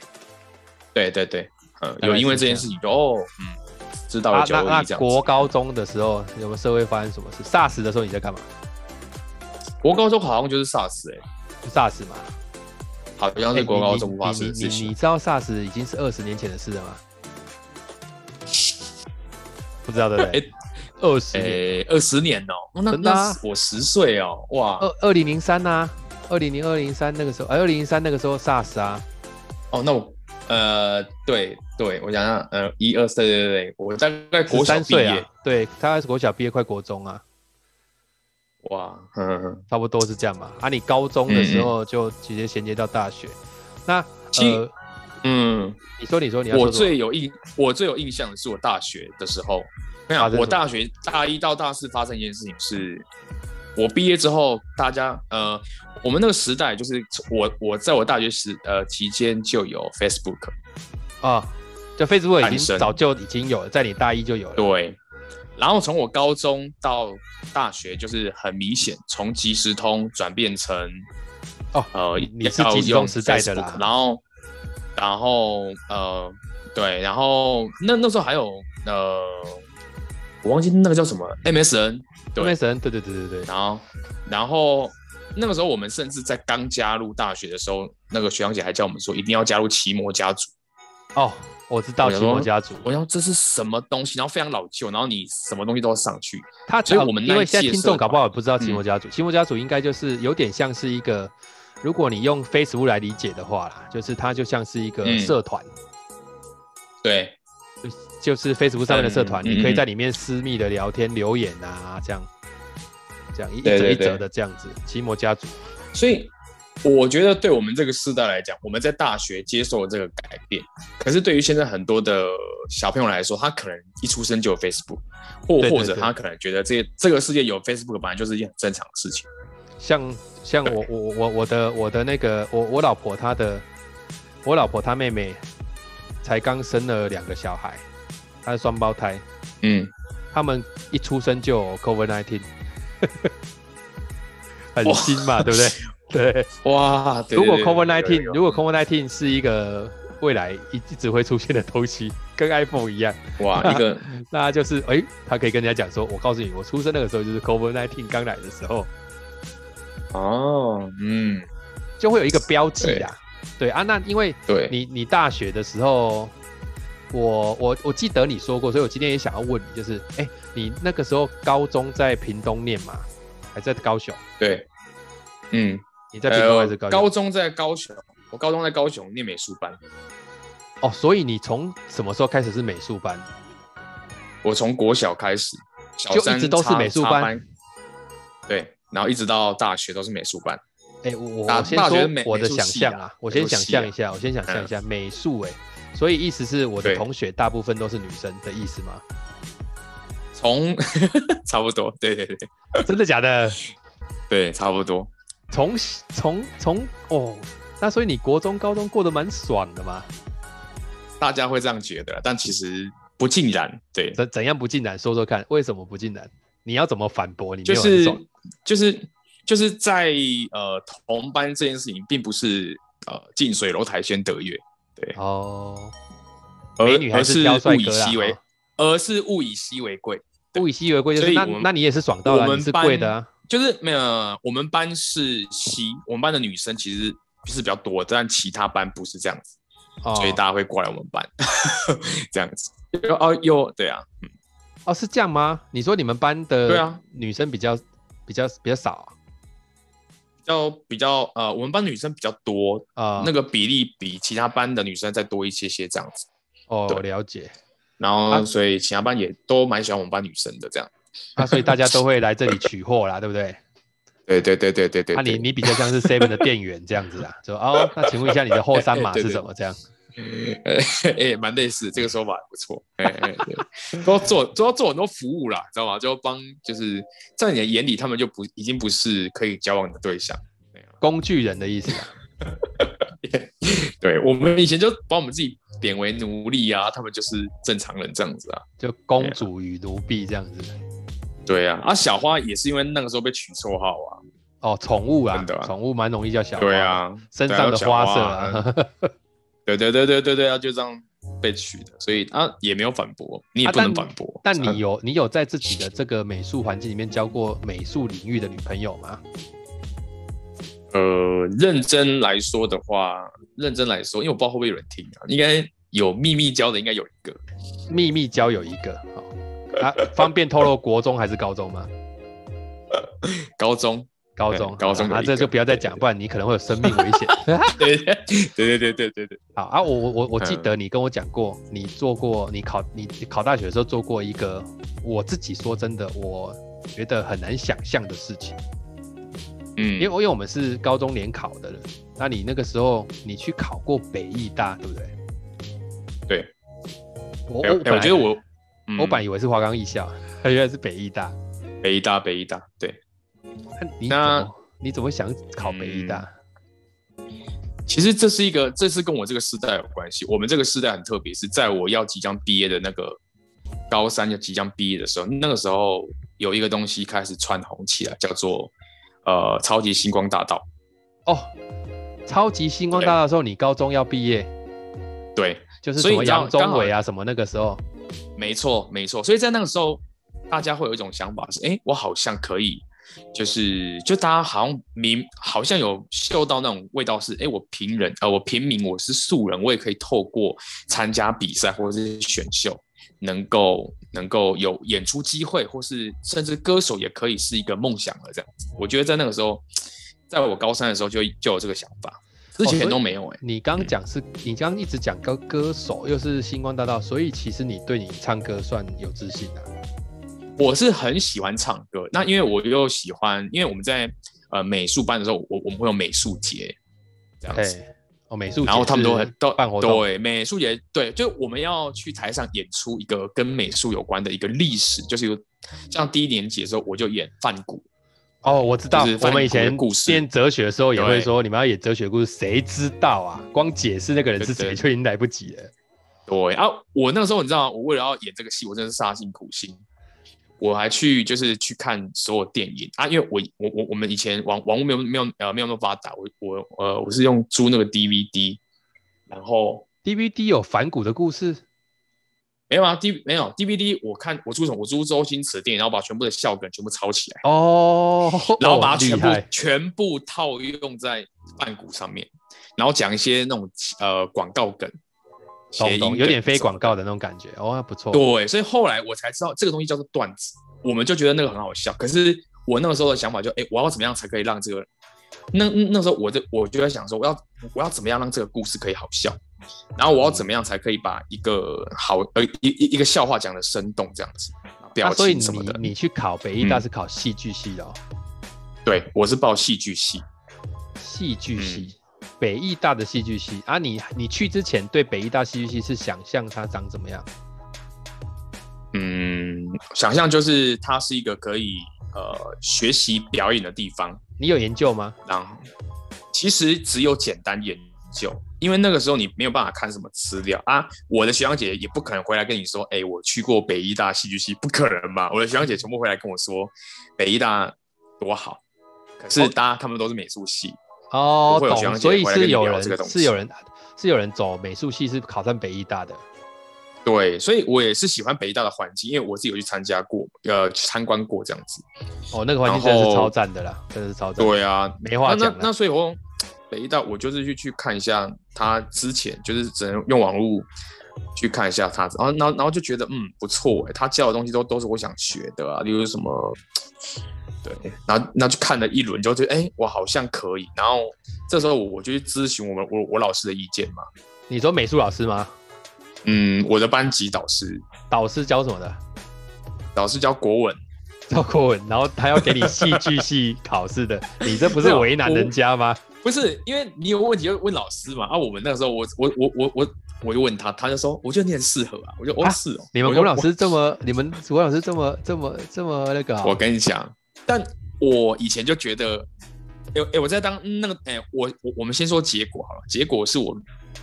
[SPEAKER 2] 对对对，嗯，
[SPEAKER 1] 大概
[SPEAKER 2] 有因为
[SPEAKER 1] 是
[SPEAKER 2] 这件
[SPEAKER 1] 这样
[SPEAKER 2] 事情就哦，嗯，知道了
[SPEAKER 1] 啊，
[SPEAKER 2] 九
[SPEAKER 1] 那
[SPEAKER 2] 二
[SPEAKER 1] 那
[SPEAKER 2] 一这样
[SPEAKER 1] 国
[SPEAKER 2] 子。
[SPEAKER 1] 高中的时候，有没有社会发生什么事？SARS 的时候你在干嘛
[SPEAKER 2] 国高中好像就是 SARS 哎、
[SPEAKER 1] 就？SARS 嘛，
[SPEAKER 2] 好像
[SPEAKER 1] 哎
[SPEAKER 2] 是
[SPEAKER 1] 你
[SPEAKER 2] 国高中
[SPEAKER 1] 你
[SPEAKER 2] 发
[SPEAKER 1] 你
[SPEAKER 2] 生
[SPEAKER 1] 你
[SPEAKER 2] 的事
[SPEAKER 1] 你
[SPEAKER 2] 情
[SPEAKER 1] 你。知道 SARS 已经是二十年前的事了
[SPEAKER 2] (laughs)
[SPEAKER 1] 吗？不知道对不对？哎二十年，
[SPEAKER 2] 诶，二十年哦、那
[SPEAKER 1] 真的啊
[SPEAKER 2] 那我十岁哦、哇，
[SPEAKER 1] 二二零零三呐，二零零二零三那个时候，哎，二零零三那个时候 SARS 啊，
[SPEAKER 2] 哦，那我呃，对对，我想想，呃，一二三，对对对，我大概国小
[SPEAKER 1] 三
[SPEAKER 2] 毕
[SPEAKER 1] 岁
[SPEAKER 2] 业，
[SPEAKER 1] 啊，对，他国小毕业快国中啊，
[SPEAKER 2] 哇，嗯，
[SPEAKER 1] 差不多是这样嘛。啊，你高中的时候就直接衔接到大学，那
[SPEAKER 2] 其
[SPEAKER 1] 呃，
[SPEAKER 2] 嗯，
[SPEAKER 1] 你说你说你要
[SPEAKER 2] 我
[SPEAKER 1] 说什么
[SPEAKER 2] 最有印，我最有印象的是我大学的时候，我
[SPEAKER 1] 发生
[SPEAKER 2] 想
[SPEAKER 1] 什么
[SPEAKER 2] 我大学大一到大四发生一件事情是，我毕业之后，大家呃，我们那个时代就是我我在我大学时呃期间就有 Facebook，
[SPEAKER 1] 啊，就 Facebook 已
[SPEAKER 2] 诞
[SPEAKER 1] 经
[SPEAKER 2] 生
[SPEAKER 1] 早就已经有了，在你大一就有了。
[SPEAKER 2] 对，然后从我高中到大学就是很明显，从即时通转变成
[SPEAKER 1] 哦
[SPEAKER 2] 呃，
[SPEAKER 1] 你是
[SPEAKER 2] 要
[SPEAKER 1] 即时
[SPEAKER 2] 用
[SPEAKER 1] 通时代的啦
[SPEAKER 2] Facebook，然后然后呃，对，然后那那时候还有呃，我忘记那个叫什么 MSN，对
[SPEAKER 1] MSN，对对对对对，
[SPEAKER 2] 然后然后。那个时候，我们甚至在刚加入大学的时候，那个学长姐还叫我们说一定要加入奇摩家族。
[SPEAKER 1] 哦，我知道
[SPEAKER 2] 我
[SPEAKER 1] 奇
[SPEAKER 2] 想
[SPEAKER 1] 摩
[SPEAKER 2] 说
[SPEAKER 1] 家族，
[SPEAKER 2] 我想这是什么东西？然后非常老旧，然后你什么东西都要上去。
[SPEAKER 1] 他
[SPEAKER 2] 所以
[SPEAKER 1] 哦
[SPEAKER 2] 我们那
[SPEAKER 1] 因为
[SPEAKER 2] 一
[SPEAKER 1] 现在
[SPEAKER 2] 届
[SPEAKER 1] 听
[SPEAKER 2] 社
[SPEAKER 1] 众搞不好
[SPEAKER 2] 团嗯
[SPEAKER 1] 也不知道奇摩家族，奇摩家族应该就是有点像是一个，如果你用 Facebook 来理解的话啦，就是它就像是一个
[SPEAKER 2] 嗯
[SPEAKER 1] 社团，
[SPEAKER 2] 对，
[SPEAKER 1] 就是 Facebook 上面的社团，
[SPEAKER 2] 嗯
[SPEAKER 1] 你可以
[SPEAKER 2] 嗯嗯
[SPEAKER 1] 在里面私密的聊天、留言啊，这样，这样一一
[SPEAKER 2] 对
[SPEAKER 1] 折
[SPEAKER 2] 对
[SPEAKER 1] 一折
[SPEAKER 2] 对
[SPEAKER 1] 的这样子。奇摩家族，
[SPEAKER 2] 所以我觉得对我们这个世代来讲，我们在大学接受了这个改变，可是对于现在很多的小朋友来说，他可能一出生就有 Facebook，或
[SPEAKER 1] 对对
[SPEAKER 2] 或者他可能觉得这这个世界有 Facebook 本来就是一件很正常的事情。
[SPEAKER 1] 像像我我我我的我的那个我我老婆她的我老婆她妹妹才刚生了两个小孩，她是双胞胎，
[SPEAKER 2] 嗯，
[SPEAKER 1] 他们一出生就有 COVID
[SPEAKER 2] (laughs)
[SPEAKER 1] 19，很
[SPEAKER 2] 哇
[SPEAKER 1] 新嘛，对不
[SPEAKER 2] (laughs)
[SPEAKER 1] 对？对。
[SPEAKER 2] 哇，对
[SPEAKER 1] 如果
[SPEAKER 2] 对对
[SPEAKER 1] COVID
[SPEAKER 2] 有有
[SPEAKER 1] 19
[SPEAKER 2] 有
[SPEAKER 1] 如果 COVID 19是一个未来一一直会出现的东西， (laughs) 跟 iPhone 一样， (laughs)
[SPEAKER 2] 哇一个
[SPEAKER 1] 那它就是哎、他可以跟人家讲说，我告诉你，我出生那个时候就是 COVID 19刚来的时候，
[SPEAKER 2] 哦，嗯，
[SPEAKER 1] 就会有一个标记啦。对啊，那因为
[SPEAKER 2] 对，
[SPEAKER 1] 你你大学的时候，我我我记得你说过，所以我今天也想要问你，就是哎、你那个时候高中在屏东念吗？还在高雄？
[SPEAKER 2] 对，嗯，
[SPEAKER 1] 你在屏东还是高
[SPEAKER 2] 呃
[SPEAKER 1] 雄？
[SPEAKER 2] 高中在高雄，我高中在高雄念美术班，
[SPEAKER 1] 哦，所以你从什么时候开始是美术班？
[SPEAKER 2] 我从国小开始，小
[SPEAKER 1] 就一
[SPEAKER 2] 三
[SPEAKER 1] 直都是
[SPEAKER 2] 插
[SPEAKER 1] 美术
[SPEAKER 2] 插
[SPEAKER 1] 班
[SPEAKER 2] 对，然后一直到大学都是美术班。
[SPEAKER 1] 哎、我我
[SPEAKER 2] 大
[SPEAKER 1] 我先
[SPEAKER 2] 大学
[SPEAKER 1] 说
[SPEAKER 2] 美
[SPEAKER 1] 我的
[SPEAKER 2] 美术
[SPEAKER 1] 想
[SPEAKER 2] 系
[SPEAKER 1] 象
[SPEAKER 2] 啊
[SPEAKER 1] 啊，我
[SPEAKER 2] 美
[SPEAKER 1] 先
[SPEAKER 2] 术
[SPEAKER 1] 想
[SPEAKER 2] 系
[SPEAKER 1] 象
[SPEAKER 2] 啊
[SPEAKER 1] 一下，我先想象一下美术哎、所以意思是我的
[SPEAKER 2] 对
[SPEAKER 1] 同学大部分都是女生的意思吗？
[SPEAKER 2] 从 (laughs) 差不多，对对对
[SPEAKER 1] 真的假的？
[SPEAKER 2] 对，差不多。
[SPEAKER 1] 从从从哦，那所以你国中、高中过得蛮爽的嘛？
[SPEAKER 2] 大家会这样觉得，但其实不尽然。对，
[SPEAKER 1] 怎怎样不尽然？说说看，为什么不尽然？你要怎么反驳？你没
[SPEAKER 2] 就
[SPEAKER 1] 有很
[SPEAKER 2] 是
[SPEAKER 1] 爽
[SPEAKER 2] 就是就是在呃同班这件事情，并不是呃近水楼台先得月，对，
[SPEAKER 1] 哦，
[SPEAKER 2] 而
[SPEAKER 1] 美女还
[SPEAKER 2] 而
[SPEAKER 1] 是
[SPEAKER 2] 是
[SPEAKER 1] 挑帅
[SPEAKER 2] 物以
[SPEAKER 1] 哥啦
[SPEAKER 2] 稀为
[SPEAKER 1] 哦，
[SPEAKER 2] 而是物以稀为贵。
[SPEAKER 1] 物以稀为贵，就
[SPEAKER 2] 所
[SPEAKER 1] 是
[SPEAKER 2] 以
[SPEAKER 1] 那
[SPEAKER 2] 我们
[SPEAKER 1] 那你也是爽到了，
[SPEAKER 2] 我
[SPEAKER 1] 你
[SPEAKER 2] 们
[SPEAKER 1] 是
[SPEAKER 2] 班
[SPEAKER 1] 贵的啊。
[SPEAKER 2] 就是没有，我们班是西，我们班的女生其实是比较多，但其他班不是这样子，
[SPEAKER 1] 哦
[SPEAKER 2] 所以大家会过来我们班 (laughs) 这样子。就哦哟，对啊，
[SPEAKER 1] 哦，是这样吗？你说你们班的
[SPEAKER 2] 对啊
[SPEAKER 1] 女生比较比较比较少啊
[SPEAKER 2] 比较比较呃，我们班女生比较多，
[SPEAKER 1] 啊？啊
[SPEAKER 2] 那个比例比其他班的女生再多一些些这样子。
[SPEAKER 1] 哦，
[SPEAKER 2] 对
[SPEAKER 1] 了解。
[SPEAKER 2] 然
[SPEAKER 1] 啊
[SPEAKER 2] 后，所以其他班也都蛮喜欢我们班女生的这样。
[SPEAKER 1] 啊，所以大家都会来这里取货
[SPEAKER 2] (laughs)
[SPEAKER 1] 啦，对不对？
[SPEAKER 2] 对对对对对对
[SPEAKER 1] 啊，
[SPEAKER 2] 对
[SPEAKER 1] 你你比较
[SPEAKER 2] (laughs)
[SPEAKER 1] 像是 Seven 的店员这样子啊，说哦，那请问一下你的后三码
[SPEAKER 2] 对
[SPEAKER 1] 是
[SPEAKER 2] 对
[SPEAKER 1] 什么？这样
[SPEAKER 2] 呃， (laughs) 哎，蛮类似，这个说法还不错。哎哎，对都做都要做很多服务啦，知道吗？就要帮，就是在你的眼里，他们就不已经不是可以交往的对象。
[SPEAKER 1] 工具人的意思啊。
[SPEAKER 2] (laughs) 对我们以前就把我们自己贬为奴隶啊，他们就是正常人这样子啊。
[SPEAKER 1] 就公主与奴婢这样子。
[SPEAKER 2] 对啊，啊，小花也是因为那个时候被取绰号
[SPEAKER 1] 哦，宠物啊
[SPEAKER 2] 真的，啊
[SPEAKER 1] 宠物蛮容易叫小
[SPEAKER 2] 啊。
[SPEAKER 1] 花的。
[SPEAKER 2] 对啊，
[SPEAKER 1] 身上的花色
[SPEAKER 2] 对啊
[SPEAKER 1] 啊。 (laughs)
[SPEAKER 2] 对对对对对对啊，就这样被取的，所以啊也没有反驳，你也
[SPEAKER 1] 啊
[SPEAKER 2] 不能
[SPEAKER 1] 但
[SPEAKER 2] 反驳。
[SPEAKER 1] 但你有你有在自己的这个美术环境里面交过美术领域的女朋友吗？
[SPEAKER 2] 呃，认真来说的话，认真来说，因为我不知道会不会有人听啊，应该有秘密教的，应该有一个。
[SPEAKER 1] 秘密交友一个。
[SPEAKER 2] (laughs)
[SPEAKER 1] 哦啊，方便透露国中还是高中吗？
[SPEAKER 2] 高中 (laughs)
[SPEAKER 1] 高中，
[SPEAKER 2] 对嗯高中
[SPEAKER 1] 啊，
[SPEAKER 2] 有一
[SPEAKER 1] 这
[SPEAKER 2] 个
[SPEAKER 1] 就不要再讲，不然你可能会有生命危
[SPEAKER 2] (laughs)
[SPEAKER 1] 险。
[SPEAKER 2] 对对对对对对对，
[SPEAKER 1] 好啊，我我我我记
[SPEAKER 2] 嗯
[SPEAKER 1] 得你跟我讲过，你做过，你考你你考大学的时候做过一个，我自己说真的，我觉得很难想象的事情，
[SPEAKER 2] 嗯，
[SPEAKER 1] 因为因为我们是高中联考的人，那你那个时候你去考过北艺大，对不对？
[SPEAKER 2] 对，
[SPEAKER 1] 我
[SPEAKER 2] 哎哎
[SPEAKER 1] 本来
[SPEAKER 2] 我觉得我
[SPEAKER 1] 我
[SPEAKER 2] 嗯
[SPEAKER 1] 本来以为是华冈艺校， (laughs) 原来是北艺大。
[SPEAKER 2] 北医大北医大，对，
[SPEAKER 1] 那你怎
[SPEAKER 2] 那
[SPEAKER 1] 么你怎么想考北啊艺大？
[SPEAKER 2] 其实这是一个，这是跟我这个时代有关系。我们这个时代很特别，是在我要即将毕业的那个高三要即将毕业的时候，那个时候有一个东西开始窜红起来，叫做呃超级星光大道。嗯
[SPEAKER 1] 哦，超级星光大道的时候，你高中要毕业，
[SPEAKER 2] 对，
[SPEAKER 1] 就是什
[SPEAKER 2] 所以
[SPEAKER 1] 么
[SPEAKER 2] 你知道
[SPEAKER 1] 杨宗纬
[SPEAKER 2] 刚
[SPEAKER 1] 啊什么那个时候，
[SPEAKER 2] 没错，没错。所以在那个时候，大家会有一种想法是：哎，我好像可以，就是就大家好像明好像有嗅到那种味道是：哎，我平人，呃，我平民，我是素人，我也可以透过参加比赛或者是选秀，能够能够有演出机会，或是甚至歌手也可以是一个梦想了。这样子，我觉得在那个时候，在我高三的时候就就有这个想法，之
[SPEAKER 1] 哦所
[SPEAKER 2] 前
[SPEAKER 1] 以
[SPEAKER 2] 都没有哎、
[SPEAKER 1] 你刚讲是，你刚一直讲歌歌手，又是星光大道，所以其实你对你唱歌算有自信啊的、
[SPEAKER 2] 我是很喜欢唱歌，那因为我又喜欢，因为我们在呃美术班的时候，我我们会有美术节这样
[SPEAKER 1] 哎
[SPEAKER 2] 子，，
[SPEAKER 1] 哦，美术节
[SPEAKER 2] 然后他们都
[SPEAKER 1] 是
[SPEAKER 2] 很都
[SPEAKER 1] 办活动，
[SPEAKER 2] 对美术节，对，就我们要去台上演出一个跟美术有关的一个历史，就是有像第一年级的时候，我就演梵谷，
[SPEAKER 1] 哦，我知道
[SPEAKER 2] 就是，
[SPEAKER 1] 我
[SPEAKER 2] 翻
[SPEAKER 1] 们以
[SPEAKER 2] 译
[SPEAKER 1] 前
[SPEAKER 2] 故事
[SPEAKER 1] 念哲学的时候也会
[SPEAKER 2] 对
[SPEAKER 1] 说，你们要演哲学故事，谁知道啊？光解释那个人是谁
[SPEAKER 2] 对对
[SPEAKER 1] 就已经来不及了。
[SPEAKER 2] 对啊，我那个时候你知道，我为了要演这个戏，我真的是杀尽苦心。我还去就是去看所有电影啊，因为我我我我们以前网网络没有没有呃没有那么发达，我我呃我是用租那个 DVD，然后
[SPEAKER 1] DVD 有反骨的故事，
[SPEAKER 2] 没有啊 D 没有 DVD，我看我租什么？我租周星驰的电影，然后把全部的笑梗全部抄起来，
[SPEAKER 1] 哦，
[SPEAKER 2] 然后
[SPEAKER 1] 哦
[SPEAKER 2] 把它全
[SPEAKER 1] 厉
[SPEAKER 2] 部、
[SPEAKER 1] 害
[SPEAKER 2] 全部套用在曼谷上面，然后讲一些那种呃广告梗，谐
[SPEAKER 1] 懂
[SPEAKER 2] 音
[SPEAKER 1] 懂，
[SPEAKER 2] 梗
[SPEAKER 1] 有点非
[SPEAKER 2] 什么
[SPEAKER 1] 广告的那种感觉，哦，那不错。
[SPEAKER 2] 对，所以后来我才知道这个东西叫做段子，我们就觉得那个很好笑。可是我那个时候的想法就，哎，我要怎么样才可以让这个那那时候我就我就在想说，我要我要怎么样让这个故事可以好笑，然后我要怎么样才可以把一个好呃一一一个笑话讲的生动这样子，
[SPEAKER 1] 那
[SPEAKER 2] 表
[SPEAKER 1] 啊所以
[SPEAKER 2] 情
[SPEAKER 1] 你
[SPEAKER 2] 什么的。
[SPEAKER 1] 你去考北艺大
[SPEAKER 2] 嗯
[SPEAKER 1] 是考戏剧系的哦，
[SPEAKER 2] 对，我是报戏剧系，
[SPEAKER 1] 戏剧系，
[SPEAKER 2] 嗯
[SPEAKER 1] 北艺大的戏剧系啊你。你去之前对北艺大戏剧系是想象它长怎么样？
[SPEAKER 2] 嗯，想象就是它是一个可以呃学习表演的地方，
[SPEAKER 1] 你有研究吗？
[SPEAKER 2] 然后其实只有简单研究，因为那个时候你没有办法看什么资料啊。我的学长姐也不可能回来跟你说，哎、我去过北医大戏剧系，不可能嘛。我的学长姐全部回来跟我说，北医大多好，可哦是大家他们都是美术系，
[SPEAKER 1] 哦，
[SPEAKER 2] 不会有学
[SPEAKER 1] 懂，
[SPEAKER 2] 长姐
[SPEAKER 1] 所以
[SPEAKER 2] 回来跟
[SPEAKER 1] 是
[SPEAKER 2] 你
[SPEAKER 1] 有
[SPEAKER 2] 聊
[SPEAKER 1] 人
[SPEAKER 2] 这个东西
[SPEAKER 1] 是有人是有人走美术系是考上北艺大的。
[SPEAKER 2] 对，所以我也是喜欢北医大的环境，因为我自己有去参加过，呃，去参观过这样子。
[SPEAKER 1] 哦，那个环境真的是
[SPEAKER 2] 然后
[SPEAKER 1] 超赞的啦，真的是超赞。
[SPEAKER 2] 对啊，
[SPEAKER 1] 没话
[SPEAKER 2] 那
[SPEAKER 1] 讲
[SPEAKER 2] 那
[SPEAKER 1] 了
[SPEAKER 2] 那。所以我用北医大，我就是去去看一下他之前，就是只能用网络去看一下他，然后然后然后就觉得嗯不错哎、他教的东西都都是我想学的啊，例如什么。对，然后那就看了一轮，就觉得哎、我好像可以。然后这时候我我就去咨询我们我我老师的意见嘛，
[SPEAKER 1] 你说美术老师吗？
[SPEAKER 2] 嗯，我的班级导师，
[SPEAKER 1] 导师教什么的？ (laughs)
[SPEAKER 2] 老师教国文，
[SPEAKER 1] 教国文，然后他要给你戏剧系考试的，你这不
[SPEAKER 2] 没
[SPEAKER 1] 是
[SPEAKER 2] 有
[SPEAKER 1] 为难
[SPEAKER 2] 我
[SPEAKER 1] 人家吗？
[SPEAKER 2] 不是因为你有问题就问老师嘛啊，我们那个时候我我我我我我就问他，他就说我觉得你很适合啊，我就哦、
[SPEAKER 1] 啊
[SPEAKER 2] 是哦，
[SPEAKER 1] 你们
[SPEAKER 2] 我
[SPEAKER 1] 国
[SPEAKER 2] 就
[SPEAKER 1] 文老师这么，你们国文老师这么这么这么那个哦、
[SPEAKER 2] 我跟你讲，但我以前就觉得，哎、哎、我在当嗯那个哎、我我我们先说结果好了，结果是我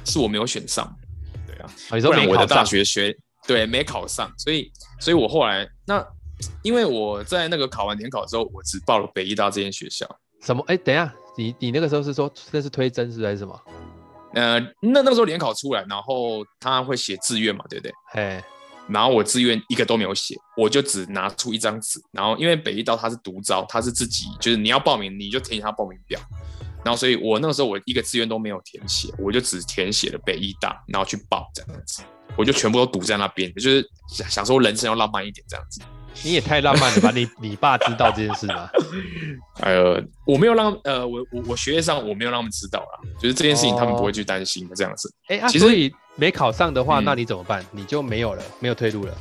[SPEAKER 2] 是我没有选上，对啊，
[SPEAKER 1] 哦你说
[SPEAKER 2] 不然
[SPEAKER 1] 没
[SPEAKER 2] 我
[SPEAKER 1] 考
[SPEAKER 2] 的大
[SPEAKER 1] 上，
[SPEAKER 2] 学学对没考上，所以所以我后来那因为我在那个考完联考之后，我只报了北医大这间学校，
[SPEAKER 1] 什么？哎，等一下，你你那个时候是说那是推甄是不是还是什么？
[SPEAKER 2] 呃，那那个时候联考出来，然后他会写志愿嘛，对不对？
[SPEAKER 1] 哎，
[SPEAKER 2] 然后我志愿一个都没有写，我就只拿出一张纸，然后因为北医大它是独招，它是自己就是你要报名你就填它报名表，然后所以我那个时候我一个志愿都没有填写，我就只填写了北医大，然后去报这样子，我就全部都读在那边，就是想想说人生要浪漫一点这样子，
[SPEAKER 1] 你也太浪漫了吧？你你爸知道这件事吗？
[SPEAKER 2] 呃，我没有让呃，我我我学业上我没有让他们知道啦，就是这件事情他们不会去担心的这样子。
[SPEAKER 1] 哎、啊，
[SPEAKER 2] 其实
[SPEAKER 1] 所以没考上的话，
[SPEAKER 2] 嗯
[SPEAKER 1] 那你怎么办？你就没有了，没有退路了。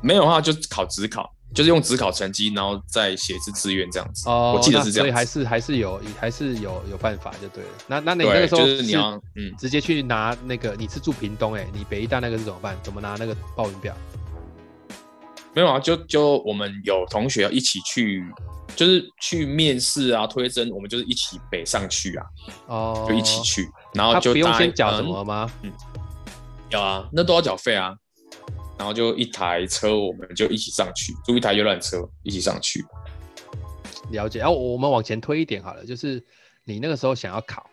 [SPEAKER 2] 没有的话就考职考，就是用职考成绩，然后再写一次志愿这样子。
[SPEAKER 1] 哦，
[SPEAKER 2] 我记得
[SPEAKER 1] 那
[SPEAKER 2] 是这
[SPEAKER 1] 所以
[SPEAKER 2] 样
[SPEAKER 1] 还
[SPEAKER 2] 子。
[SPEAKER 1] 是还是有还是有有办法就对了。那那你那
[SPEAKER 2] 对，
[SPEAKER 1] 个时候
[SPEAKER 2] 就是你要嗯，
[SPEAKER 1] 直接去拿那个，你是住屏东哎、你北医大那个是怎么办？怎么拿那个报名表？
[SPEAKER 2] 没有啊，就就我们有同学要一起去，就是去面试啊、推甄，我们就是一起北上去啊，
[SPEAKER 1] 哦，
[SPEAKER 2] 就一起去，然后
[SPEAKER 1] 他
[SPEAKER 2] 就
[SPEAKER 1] 不用
[SPEAKER 2] 搭
[SPEAKER 1] 先缴什
[SPEAKER 2] 嗯
[SPEAKER 1] 么吗？
[SPEAKER 2] 有啊，那都要缴费啊。然后就一台车，我们就一起上去，租一台游览车一起上去。
[SPEAKER 1] 了解。然、后我们往前推一点好了，就是你那个时候想要考，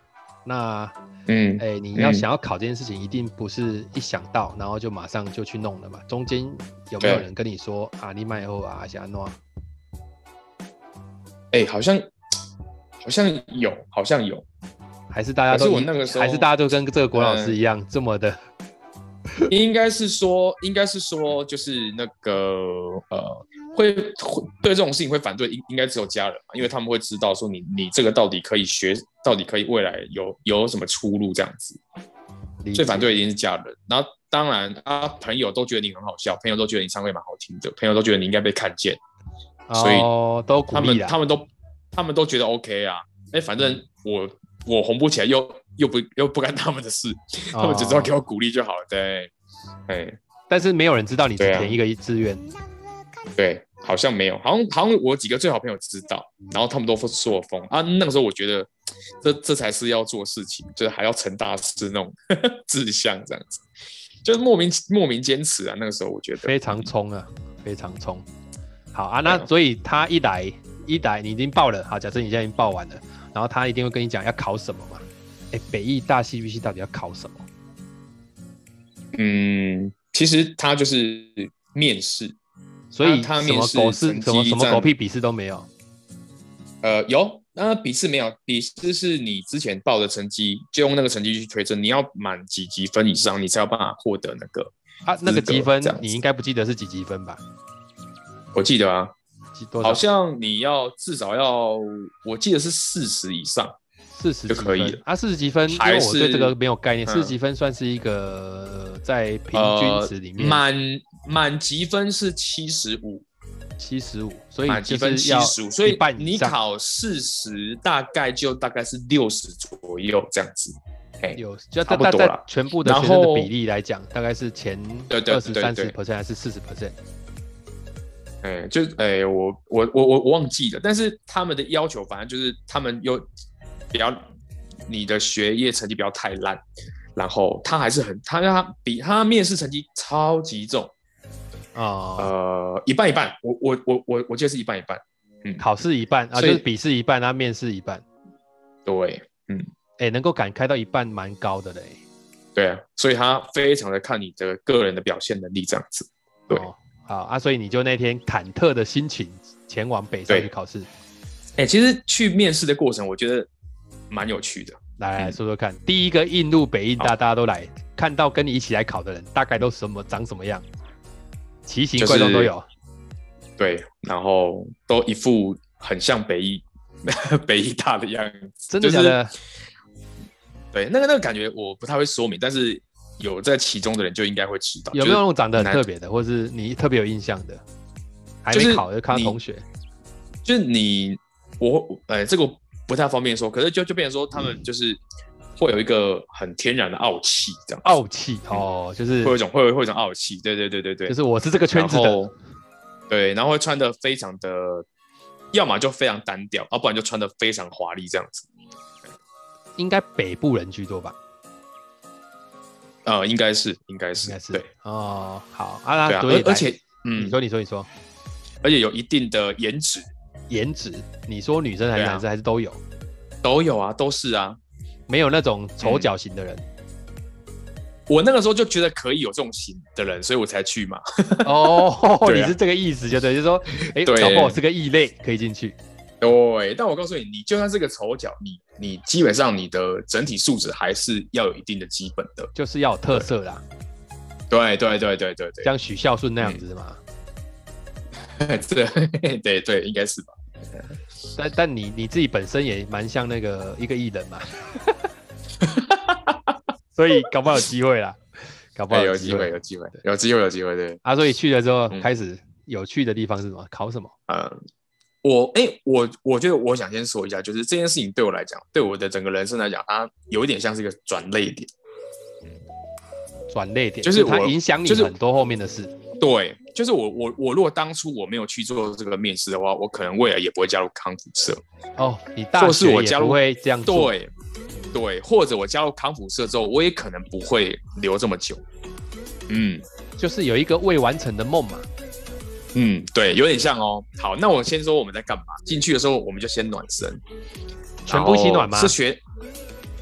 [SPEAKER 1] 那
[SPEAKER 2] 嗯，
[SPEAKER 1] 哎、你要
[SPEAKER 2] 嗯
[SPEAKER 1] 想要考这件事情，一定不是一想到然后就马上就去弄了嘛。中间有没有
[SPEAKER 2] 对
[SPEAKER 1] 人跟你说啊，你买后啊，想要弄啊？
[SPEAKER 2] 哎、好像好像有，好像有，
[SPEAKER 1] 还是大家都
[SPEAKER 2] 可是我
[SPEAKER 1] 一
[SPEAKER 2] 那个时候
[SPEAKER 1] 还是大家都跟这个国老师
[SPEAKER 2] 嗯
[SPEAKER 1] 一样、这么的
[SPEAKER 2] 应该是说，应该是说，就是那个呃，会会对这种事情会反对，应应该只有家人嘛，因为他们会知道说你你这个到底可以学，到底可以未来有有什么出路这样子。
[SPEAKER 1] 理解
[SPEAKER 2] 最反对一定是家人，然后当然啊，朋友都觉得你很好笑，朋友都觉得你唱歌也蛮好听的，朋友都觉得你应该被看见，所以
[SPEAKER 1] 哦、都鼓
[SPEAKER 2] 他们
[SPEAKER 1] 励啦
[SPEAKER 2] 他们都他们都觉得 OK 啊，哎，反正我我红不起来又又不又不干他们的事，他们只知道
[SPEAKER 1] 哦
[SPEAKER 2] 给我鼓励就好了，对，哎。
[SPEAKER 1] 但是没有人知道你只
[SPEAKER 2] 对啊
[SPEAKER 1] 填一个志愿，
[SPEAKER 2] 对，好像没有，好像好像我几个最好朋友知道，然后他们都说我疯啊。那个时候我觉得这这才是要做事情，就是还要成大事那种 (laughs) 志向这样子，就是莫名莫名坚持啊。那个时候我觉得
[SPEAKER 1] 非常冲啊，非常冲。好啊，那
[SPEAKER 2] 对啊
[SPEAKER 1] 所以他一来一来，你已经报了，好，假设你现在已经报完了，然后他一定会跟你讲要考什么嘛？哎，北艺大戏剧系到底要考什么？
[SPEAKER 2] 嗯，其实他就是面试，
[SPEAKER 1] 所以
[SPEAKER 2] 他他
[SPEAKER 1] 什么
[SPEAKER 2] 面试
[SPEAKER 1] 狗是
[SPEAKER 2] 成
[SPEAKER 1] 什么
[SPEAKER 2] 绩
[SPEAKER 1] 什么
[SPEAKER 2] 占
[SPEAKER 1] 狗屁笔试都没有
[SPEAKER 2] 呃，有，那笔试没有，笔试是你之前报的成绩，就用那个成绩去推甄，你要满几级分以上，你才有办法获得那个。
[SPEAKER 1] 啊？那个
[SPEAKER 2] 资格
[SPEAKER 1] 积分
[SPEAKER 2] 这样子
[SPEAKER 1] 你应该不记得是几积分吧？
[SPEAKER 2] 我记得啊，
[SPEAKER 1] 几多少
[SPEAKER 2] 好？像你要至少要，我记得是四十以上。
[SPEAKER 1] 四十
[SPEAKER 2] 就可以了
[SPEAKER 1] 啊，四十几分，因为
[SPEAKER 2] 还
[SPEAKER 1] 我对
[SPEAKER 2] 是
[SPEAKER 1] 这个没有概念，
[SPEAKER 2] 嗯
[SPEAKER 1] 四十几分算是一个在平均
[SPEAKER 2] 呃
[SPEAKER 1] 值里面
[SPEAKER 2] 满满积分是七十五，
[SPEAKER 1] 七十五，所以
[SPEAKER 2] 满积
[SPEAKER 1] 就
[SPEAKER 2] 分
[SPEAKER 1] 是
[SPEAKER 2] 七
[SPEAKER 1] 要
[SPEAKER 2] 十五，所
[SPEAKER 1] 一
[SPEAKER 2] 以
[SPEAKER 1] 半以
[SPEAKER 2] 你
[SPEAKER 1] 上
[SPEAKER 2] 考四十，大概就大概是六十左右这样子。嘿，
[SPEAKER 1] 有，就
[SPEAKER 2] 差
[SPEAKER 1] 大
[SPEAKER 2] 不
[SPEAKER 1] 大
[SPEAKER 2] 多
[SPEAKER 1] 在
[SPEAKER 2] 啦
[SPEAKER 1] 全部的
[SPEAKER 2] 然
[SPEAKER 1] 学生的
[SPEAKER 2] 后
[SPEAKER 1] 比例来讲，大概是前
[SPEAKER 2] 对对
[SPEAKER 1] 二十
[SPEAKER 2] 对
[SPEAKER 1] 三
[SPEAKER 2] 对
[SPEAKER 1] 十 percent 还是四十 percent？
[SPEAKER 2] 哎，就哎，我我我我我忘记了，但是他们的要求反正就是他们有比较你的学业成绩不要太烂，然后他还是很他他比他面试成绩超级重，
[SPEAKER 1] 哦，
[SPEAKER 2] 呃，一半一半，我我我我我记得是一半一半。
[SPEAKER 1] 考试一半啊，就
[SPEAKER 2] 所以
[SPEAKER 1] 是笔试一半，然后面试一半，
[SPEAKER 2] 对
[SPEAKER 1] 哎，能够敢开到一半，蛮高的嘞。
[SPEAKER 2] 对啊，所以他非常的看你的个人的表现能力这样子。对
[SPEAKER 1] 哦，好啊，所以你就那天忐忑的心情前往北上
[SPEAKER 2] 对
[SPEAKER 1] 去考试，
[SPEAKER 2] 哎、其实去面试的过程，我觉得蛮有趣的。
[SPEAKER 1] 来来
[SPEAKER 2] 嗯
[SPEAKER 1] 说说看，第一个印入北印大，
[SPEAKER 2] 好
[SPEAKER 1] 大家都来，看到跟你一起来考的人，大概都什么长什么样，奇形
[SPEAKER 2] 就
[SPEAKER 1] 怪状都
[SPEAKER 2] 是
[SPEAKER 1] 有。
[SPEAKER 2] 对，然后都一副很像北医 (laughs) 北医大的样子，
[SPEAKER 1] 真的假的？
[SPEAKER 2] 就是对，那个那个感觉我不太会说明，但是有在其中的人就应该会知道。
[SPEAKER 1] 有没有那
[SPEAKER 2] 啊就是
[SPEAKER 1] 种长得很
[SPEAKER 2] 男
[SPEAKER 1] 特别的，或是你特别有印象的？还
[SPEAKER 2] 就
[SPEAKER 1] 没
[SPEAKER 2] 是
[SPEAKER 1] 考就看到
[SPEAKER 2] 你
[SPEAKER 1] 同学，
[SPEAKER 2] 就是你我呃，这个不太方便说，可是就就变成说他们就是会有一个很天然的傲气，这样
[SPEAKER 1] 傲气
[SPEAKER 2] 嗯
[SPEAKER 1] 哦，就是
[SPEAKER 2] 会有一种会有会有一种傲气，对对对对对，
[SPEAKER 1] 就是我是这个圈
[SPEAKER 2] 然
[SPEAKER 1] 子的
[SPEAKER 2] 后对，然后会穿的非常的，要么就非常单调，啊要、不然就穿的非常华丽这样子。
[SPEAKER 1] 应该北部人居多吧？
[SPEAKER 2] 呃，应该是，应该是，
[SPEAKER 1] 应该是
[SPEAKER 2] 对，
[SPEAKER 1] 哦，好啊，那
[SPEAKER 2] 对啊，
[SPEAKER 1] 所以
[SPEAKER 2] 而而且，
[SPEAKER 1] 来你
[SPEAKER 2] 嗯，
[SPEAKER 1] 说你说你说
[SPEAKER 2] 而且有一定的颜值
[SPEAKER 1] 颜值，你说女生还是
[SPEAKER 2] 对啊
[SPEAKER 1] 男生还是都有，
[SPEAKER 2] 都有啊，都是啊。
[SPEAKER 1] 没有那种
[SPEAKER 2] 嗯
[SPEAKER 1] 丑角型的
[SPEAKER 2] (laughs)
[SPEAKER 1] 人
[SPEAKER 2] 我那个时候就觉得可以有这种型的人，所以我才去嘛。
[SPEAKER 1] 哦，
[SPEAKER 2] 对
[SPEAKER 1] 你
[SPEAKER 2] 啊
[SPEAKER 1] 是这个意思，就对，就是
[SPEAKER 2] (laughs)
[SPEAKER 1] 说，哎，
[SPEAKER 2] 对
[SPEAKER 1] 搞不好是个异类可以进去，
[SPEAKER 2] 对，但我告诉你，你就算是个丑角，你你基本上你的整体素质还是要有一定的基本的。
[SPEAKER 1] 就是要有特色啦，
[SPEAKER 2] 对对对对对对，
[SPEAKER 1] 像许孝顺那样子嘛，
[SPEAKER 2] (laughs) 对对对，应该是吧？
[SPEAKER 1] 但但你你自己本身也蛮像那个一个艺
[SPEAKER 2] (laughs)
[SPEAKER 1] 人嘛，所以搞不好有机会啦，搞不好
[SPEAKER 2] 哎有
[SPEAKER 1] 机
[SPEAKER 2] 机会，有机会，有机会，有机会，对。
[SPEAKER 1] 啊。所以去了之后
[SPEAKER 2] 嗯
[SPEAKER 1] 开始有趣的地方是什么？考什么？
[SPEAKER 2] 呃，我哎、我我觉得我想先说一下，就是这件事情对我来讲，对我的整个人生来讲，它有一点像是一个转泪点。
[SPEAKER 1] 转类点，
[SPEAKER 2] 就是
[SPEAKER 1] 它
[SPEAKER 2] 我
[SPEAKER 1] 影响你
[SPEAKER 2] 就是
[SPEAKER 1] 很多后面的事。
[SPEAKER 2] 对，就是我我我如果当初我没有去做这个面试的话，我可能未来也不会加入康复社。
[SPEAKER 1] 哦，你大
[SPEAKER 2] 或是
[SPEAKER 1] 学
[SPEAKER 2] 我
[SPEAKER 1] 也
[SPEAKER 2] 加
[SPEAKER 1] 不
[SPEAKER 2] 入
[SPEAKER 1] 会这样做，
[SPEAKER 2] 对对，或者我加入康复社之后，我也可能不会留这么久。嗯
[SPEAKER 1] 就是有一个未完成的梦嘛。
[SPEAKER 2] 嗯，对，有点像哦。好，那我先说我们在干嘛。进去的时候，我们就先暖身，
[SPEAKER 1] 全部一起暖吗
[SPEAKER 2] 然后是学，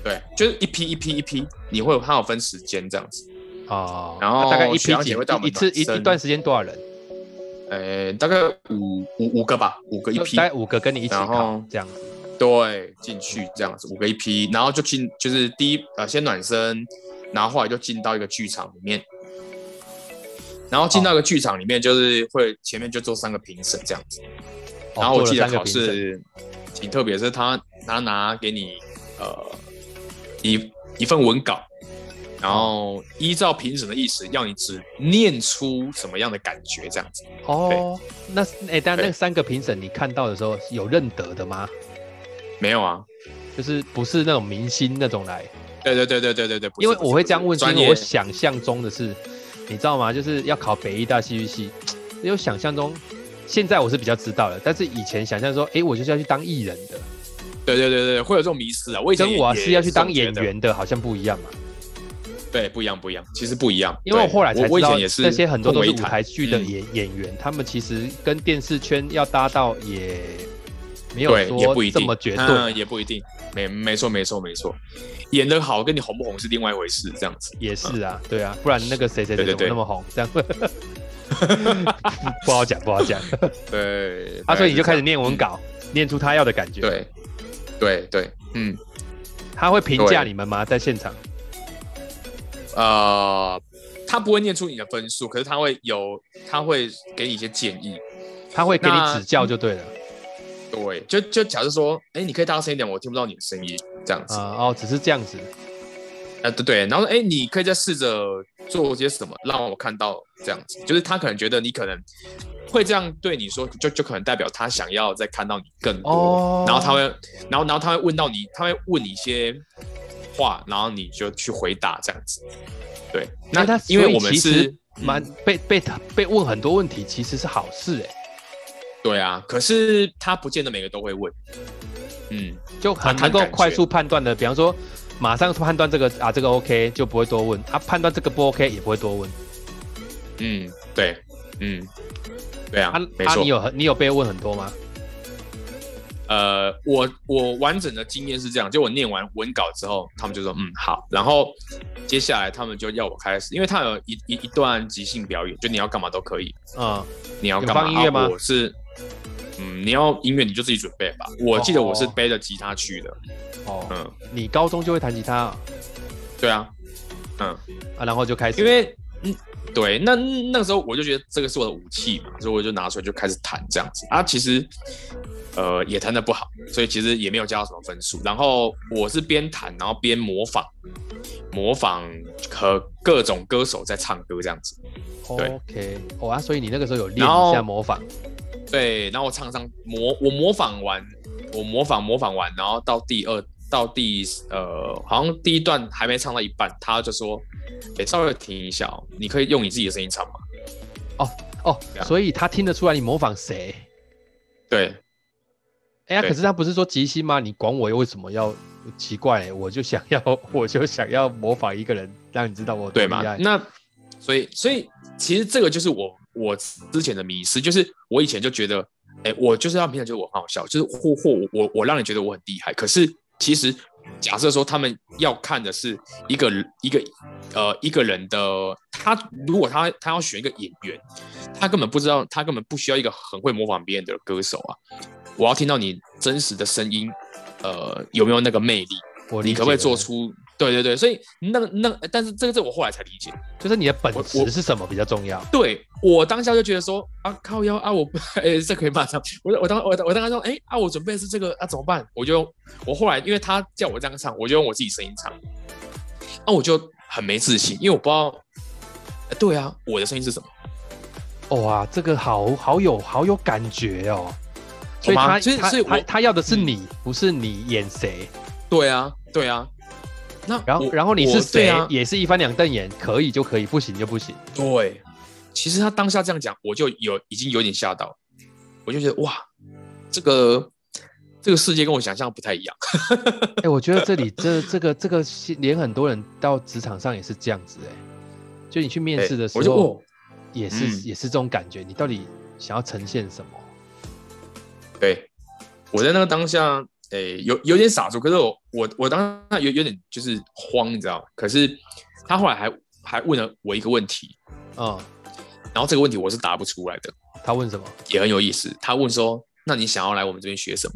[SPEAKER 2] 对，就是一批一批一批，你会有它有分时间这样子。
[SPEAKER 1] 哦，
[SPEAKER 2] 然后
[SPEAKER 1] 那大概一批
[SPEAKER 2] 学长
[SPEAKER 1] 几
[SPEAKER 2] 姐会带我
[SPEAKER 1] 一
[SPEAKER 2] 们
[SPEAKER 1] 一次一
[SPEAKER 2] 暖身
[SPEAKER 1] 一段时间多少人？
[SPEAKER 2] 呃，大概五五五个吧，五个一批
[SPEAKER 1] 大，概五个跟你一起
[SPEAKER 2] 然
[SPEAKER 1] 考
[SPEAKER 2] 后
[SPEAKER 1] 这样子。哦
[SPEAKER 2] 对，进去这样子，五个一批，然后就进，就是第一呃先暖身，然后后来就进到一个剧场里面，然后进到一个剧场里面，就是会前面就做三个评审这样子，
[SPEAKER 1] 哦
[SPEAKER 2] 然后我
[SPEAKER 1] 做了
[SPEAKER 2] 记得
[SPEAKER 1] 三个
[SPEAKER 2] 考
[SPEAKER 1] 评审
[SPEAKER 2] 试挺特别，是他他拿给你呃一一份文稿，然后依照评审的意思，要你只念出什么样的感觉这样子。
[SPEAKER 1] 哦，那哎，但
[SPEAKER 2] 对
[SPEAKER 1] 那三个评审你看到的时候有认得的吗？
[SPEAKER 2] 没有啊，
[SPEAKER 1] 就是不是那种明星那种来？
[SPEAKER 2] 对对对对对对对，不是
[SPEAKER 1] 因为
[SPEAKER 2] 不是
[SPEAKER 1] 我会
[SPEAKER 2] 不
[SPEAKER 1] 这样
[SPEAKER 2] 是
[SPEAKER 1] 问，是
[SPEAKER 2] 专
[SPEAKER 1] 因
[SPEAKER 2] 业
[SPEAKER 1] 为我想象中的是，你知道吗？就是要考北医大戏剧系，因为我想象中，现在我是比较知道了，但是以前想象说，哎，我就是要去当艺人的，
[SPEAKER 2] 对对对对，会有这种迷失啊。我以前
[SPEAKER 1] 跟我
[SPEAKER 2] 也
[SPEAKER 1] 是要去当
[SPEAKER 2] 也
[SPEAKER 1] 演
[SPEAKER 2] 是这么觉
[SPEAKER 1] 员的，好像不一样嘛。
[SPEAKER 2] 得，对，不一样不一样，其实不一样。
[SPEAKER 1] 因为我
[SPEAKER 2] 对
[SPEAKER 1] 后来才知
[SPEAKER 2] 我以
[SPEAKER 1] 道
[SPEAKER 2] 前也，是
[SPEAKER 1] 那些很多都是舞
[SPEAKER 2] 混为一谈
[SPEAKER 1] 台剧的
[SPEAKER 2] 嗯
[SPEAKER 1] 演演员，他们其实跟电视圈要搭到也没有
[SPEAKER 2] 对，也不
[SPEAKER 1] 说
[SPEAKER 2] 一
[SPEAKER 1] 这
[SPEAKER 2] 定
[SPEAKER 1] 么绝对，
[SPEAKER 2] 嗯，也不一定，没没错没错没错，演得好跟你红不红是另外一回事，这样子。
[SPEAKER 1] 也是啊，对啊，不然那个谁谁谁
[SPEAKER 2] 对
[SPEAKER 1] 怎
[SPEAKER 2] 对
[SPEAKER 1] 么
[SPEAKER 2] 对
[SPEAKER 1] 那么红，这样 (laughs) 不好讲，不好讲。
[SPEAKER 2] 对，
[SPEAKER 1] 啊，
[SPEAKER 2] 大概
[SPEAKER 1] 所以你
[SPEAKER 2] 是
[SPEAKER 1] 就
[SPEAKER 2] 这
[SPEAKER 1] 开始
[SPEAKER 2] 样
[SPEAKER 1] 念文稿，念出他要的感觉。，
[SPEAKER 2] 对对对，嗯
[SPEAKER 1] 他会评价
[SPEAKER 2] 对
[SPEAKER 1] 你们吗？在现场？
[SPEAKER 2] 呃，他不会念出你的分数，可是他会有，他会给你一些建议。
[SPEAKER 1] 他会给你
[SPEAKER 2] 那
[SPEAKER 1] 指教就对了
[SPEAKER 2] 对，就就假设说，哎，你可以大声一点，我听不到你的声音，这样子。
[SPEAKER 1] 啊、哦，只是这样子，
[SPEAKER 2] 啊，对对，然后哎，诶你可以再试着做些什么，让我看到这样子，就是他可能觉得你可能会这样对你说，就就可能代表他想要再看到你更多，
[SPEAKER 1] 哦
[SPEAKER 2] 然后他会，然后然后他会问到你，他会问你一些话，然后你就去回答这样子。对，那
[SPEAKER 1] 诶他
[SPEAKER 2] 因为
[SPEAKER 1] 所以
[SPEAKER 2] 我们
[SPEAKER 1] 其实
[SPEAKER 2] 是嗯
[SPEAKER 1] 蛮被被他被问很多问题，其实是好事哎、
[SPEAKER 2] 对啊，可是他不见得每个都会问，嗯，
[SPEAKER 1] 就很
[SPEAKER 2] 蛮
[SPEAKER 1] 能够
[SPEAKER 2] 看感
[SPEAKER 1] 快
[SPEAKER 2] 觉
[SPEAKER 1] 速判断的。比方说，马上判断这个啊，这个 OK 就不会多问；啊，判断这个不 OK 也不会多问。
[SPEAKER 2] 嗯，对，嗯，对啊，
[SPEAKER 1] 啊
[SPEAKER 2] 没
[SPEAKER 1] 啊，
[SPEAKER 2] 错
[SPEAKER 1] 你。有很你有被问很多吗？
[SPEAKER 2] 呃，我我完整的经验是这样，就我念完文稿之后，他们就说嗯好，然后接下来他们就要我开始，因为他有一一一段即兴表演，就你要干嘛都可以，
[SPEAKER 1] 嗯，
[SPEAKER 2] 你要
[SPEAKER 1] 有
[SPEAKER 2] 干嘛？
[SPEAKER 1] 放音乐吗
[SPEAKER 2] 啊我是嗯，你要音乐你就自己准备吧。我记得我是背着吉他去的，
[SPEAKER 1] 哦，
[SPEAKER 2] 嗯，
[SPEAKER 1] 你高中就会弹吉他啊，
[SPEAKER 2] 对啊，
[SPEAKER 1] 啊然后就开始，
[SPEAKER 2] 因为嗯对，那那个时候我就觉得这个是我的武器嘛，所以我就拿出来就开始弹这样子啊，其实。呃，也弹的不好，所以其实也没有加到什么分数。然后我是边弹，然后边模仿，模仿和各种歌手在唱歌这样子。对
[SPEAKER 1] OK，哦啊，所以你那个时候有练
[SPEAKER 2] 然后
[SPEAKER 1] 一下模仿，
[SPEAKER 2] 对，然后我唱上模，我模仿完，我模仿模仿完，然后到第二到第呃，好像第一段还没唱到一半，他就说：“哎、稍微停一下、哦，你可以用你自己的声音唱吗
[SPEAKER 1] 哦
[SPEAKER 2] 这，样
[SPEAKER 1] 所以他听得出来你模仿谁。？”
[SPEAKER 2] 对，
[SPEAKER 1] 哎呀，
[SPEAKER 2] 对
[SPEAKER 1] 可是他不是说即兴吗？你管我为什么要奇怪、我就想要， (laughs) 我就想要模仿一个人，让你知道我多
[SPEAKER 2] 对
[SPEAKER 1] 厉
[SPEAKER 2] 嘛？
[SPEAKER 1] 害
[SPEAKER 2] 那所以所以其实这个就是我我之前的迷失，就是我以前就觉得，哎、我就是要平常觉得我很好笑，就是或或我我我让你觉得我很厉害，可是其实假设说他们要看的是一个一个呃一个人的他，如果他他要选一个演员，他根本不知道，他根本不需要一个很会模仿别人的歌手啊，我要听到你真实的声音，呃，有没有那个魅力？
[SPEAKER 1] 我理
[SPEAKER 2] 你
[SPEAKER 1] 解
[SPEAKER 2] 可不可以
[SPEAKER 1] 了
[SPEAKER 2] 做出对对对，所以那个那个，但是这个这我后来才理解，
[SPEAKER 1] 就是你的本
[SPEAKER 2] 我
[SPEAKER 1] 质
[SPEAKER 2] 我
[SPEAKER 1] 是什么比较重要。
[SPEAKER 2] 对我当下就觉得说啊靠腰啊我 (laughs) 不哎、这可以马上我我当我当我当时说哎、啊我准备的是这个啊怎么办？我就我后来因为他叫我这样唱，我就用我自己声音唱，那、我就很没自信，因为我不知道，哎对啊我的声音是什么，
[SPEAKER 1] 哇，这个好好有好有感觉哦。所以
[SPEAKER 2] 好
[SPEAKER 1] 他
[SPEAKER 2] 吗所以
[SPEAKER 1] 他
[SPEAKER 2] 所以
[SPEAKER 1] 他
[SPEAKER 2] 我嗯
[SPEAKER 1] 他要的是你，不是你演谁。
[SPEAKER 2] 对啊对啊，那
[SPEAKER 1] 然后
[SPEAKER 2] 我
[SPEAKER 1] 然后你
[SPEAKER 2] 我
[SPEAKER 1] 是
[SPEAKER 2] 对
[SPEAKER 1] 谁，
[SPEAKER 2] 啊
[SPEAKER 1] 也是一翻两瞪眼，可以就可以，不行就不行。
[SPEAKER 2] 对，其实他当下这样讲，我就有已经有点吓到，我就觉得哇，这个这个世界跟我想象不太一样。
[SPEAKER 1] 哎、我觉得这里这这个这个是连很多人到职场上也是这样子哎、就你去面试的时
[SPEAKER 2] 我就
[SPEAKER 1] 候，
[SPEAKER 2] 哦，
[SPEAKER 1] 也是、
[SPEAKER 2] 嗯
[SPEAKER 1] 也是这种感觉，你到底想要呈现什么？
[SPEAKER 2] 对，我在那个当下，诶，有有点傻住，可是我我我当下有有点就是慌，你知道吗？可是他后来还还问了我一个问题，
[SPEAKER 1] 嗯，
[SPEAKER 2] 然后这个问题我是答不出来的，
[SPEAKER 1] 他问什么？
[SPEAKER 2] 也很有意思。他问说：“那你想要来我们这边学什么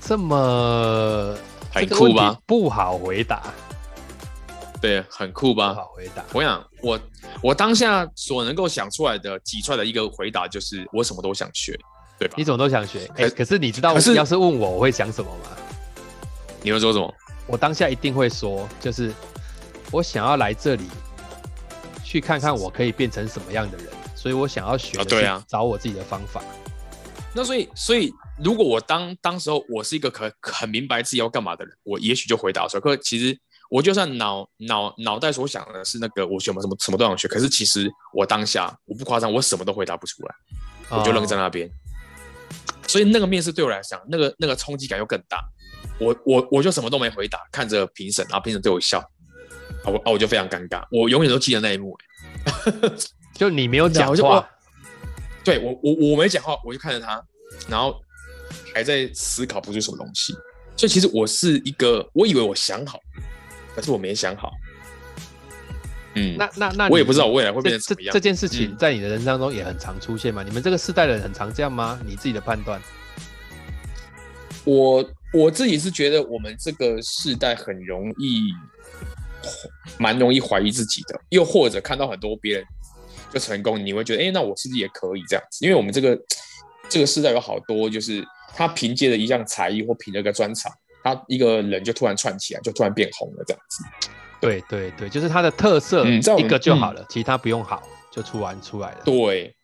[SPEAKER 1] 这么
[SPEAKER 2] 很
[SPEAKER 1] 这个
[SPEAKER 2] 酷
[SPEAKER 1] 问题
[SPEAKER 2] 吧
[SPEAKER 1] 不好回答，？”
[SPEAKER 2] 对，很酷
[SPEAKER 1] 不
[SPEAKER 2] 吧？
[SPEAKER 1] 好回答。
[SPEAKER 2] 我想，我我当下所能够想出来的挤出来的一个回答就是，我什么都想学，对吧
[SPEAKER 1] 你？怎么都想学？哎、
[SPEAKER 2] 可
[SPEAKER 1] 可是你知道
[SPEAKER 2] 可是
[SPEAKER 1] 要是问我，我会想什么吗？
[SPEAKER 2] 你会说什么？
[SPEAKER 1] 我当下一定会说，就是我想要来这里去看看我可以变成什么样的人，所以我想要学的
[SPEAKER 2] 啊对
[SPEAKER 1] 是
[SPEAKER 2] 啊
[SPEAKER 1] 找我自己的方法。
[SPEAKER 2] 那所以，所以如果我当当时候我是一个可很明白自己要干嘛的人，我也许就回答说，可其实我就算脑脑脑袋所想的是那个我什么什么什么都想学，可是其实我当下我不夸张，我什么都回答不出来，我就愣在
[SPEAKER 1] 哦
[SPEAKER 2] 那边。所以那个面试对我来讲，那个那个冲击感又更大。我我我就什么都没回答，看着评审，然后评审对我笑，啊我啊我就非常尴尬，我永远都记得那一幕、欸
[SPEAKER 1] 就你没有
[SPEAKER 2] 然后
[SPEAKER 1] 讲
[SPEAKER 2] 我就
[SPEAKER 1] 话
[SPEAKER 2] 哇，对我我我没讲话，我就看着他，然后还在思考不出什么东西。所以其实我是一个，我以为我想好，可是我没想好。嗯，
[SPEAKER 1] 那那那
[SPEAKER 2] 我也
[SPEAKER 1] 你
[SPEAKER 2] 不知道我未来会
[SPEAKER 1] 这
[SPEAKER 2] 变成什
[SPEAKER 1] 这
[SPEAKER 2] 么样
[SPEAKER 1] 这。件事情
[SPEAKER 2] 嗯
[SPEAKER 1] 在你的人生当中也很常出现嘛？你们这个世代的人很常这样吗？你自己的判断？
[SPEAKER 2] 我我自己是觉得我们这个世代很容易，蛮容易怀疑自己的，又或者看到很多别人就成功，你会觉得，哎、那我是不是也可以这样子？因为我们这个这个世代有好多就是他凭借着一项才艺或凭着一个专长，他一个人就突然窜起来，就突然变红了这样子。
[SPEAKER 1] 对对对，就是它的特色
[SPEAKER 2] 嗯在我
[SPEAKER 1] 一
[SPEAKER 2] 们
[SPEAKER 1] 个就好了，其他不用好就出完出来了。
[SPEAKER 2] 对，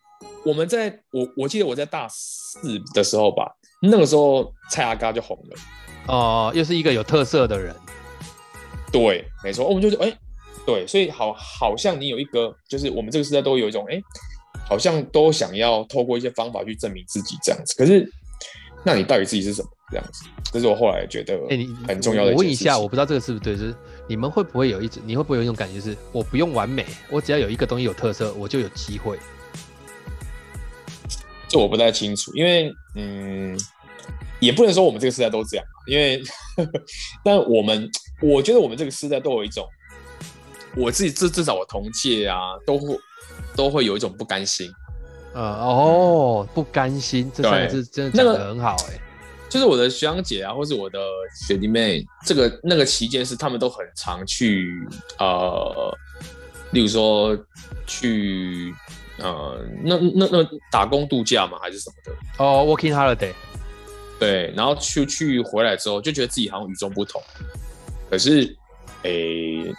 [SPEAKER 2] 我们在我我记得我在大四的时候吧，那个时候蔡阿嘎就红了。
[SPEAKER 1] 哦、又是一个有特色的人。
[SPEAKER 2] 对，没错，我们就是哎、对，所以好，好像你有一个，就是我们这个时代都有一种哎、好像都想要透过一些方法去证明自己这样子。可是，那你到底自己是什么这样子？这是我后来觉得
[SPEAKER 1] 哎、你
[SPEAKER 2] 很重要的
[SPEAKER 1] 我问
[SPEAKER 2] 件
[SPEAKER 1] 一
[SPEAKER 2] 事情
[SPEAKER 1] 下，我不知道这个是不是对，就是你们会不会有一种，你会不会有一种感觉是，我不用完美，我只要有一个东西有特色，我就有机会。
[SPEAKER 2] 这我不太清楚，因为嗯，也不能说我们这个时代都这样，因为 (laughs) 但我们我觉得我们这个时代都有一种，我自己至至少我同届啊，都会都会有一种不甘心。
[SPEAKER 1] 呃，哦，不甘心这三个
[SPEAKER 2] 对
[SPEAKER 1] 字真的
[SPEAKER 2] 那
[SPEAKER 1] 讲
[SPEAKER 2] 个
[SPEAKER 1] 得很好、哎、
[SPEAKER 2] 就是我的学长姐啊，或是我的学弟妹，这个那个期间是他们都很常去呃，例如说去呃，那那那打工度假嘛，还是什么的，
[SPEAKER 1] 哦，working holiday，
[SPEAKER 2] 对，然后去去回来之后，就觉得自己好像与众不同，可是诶、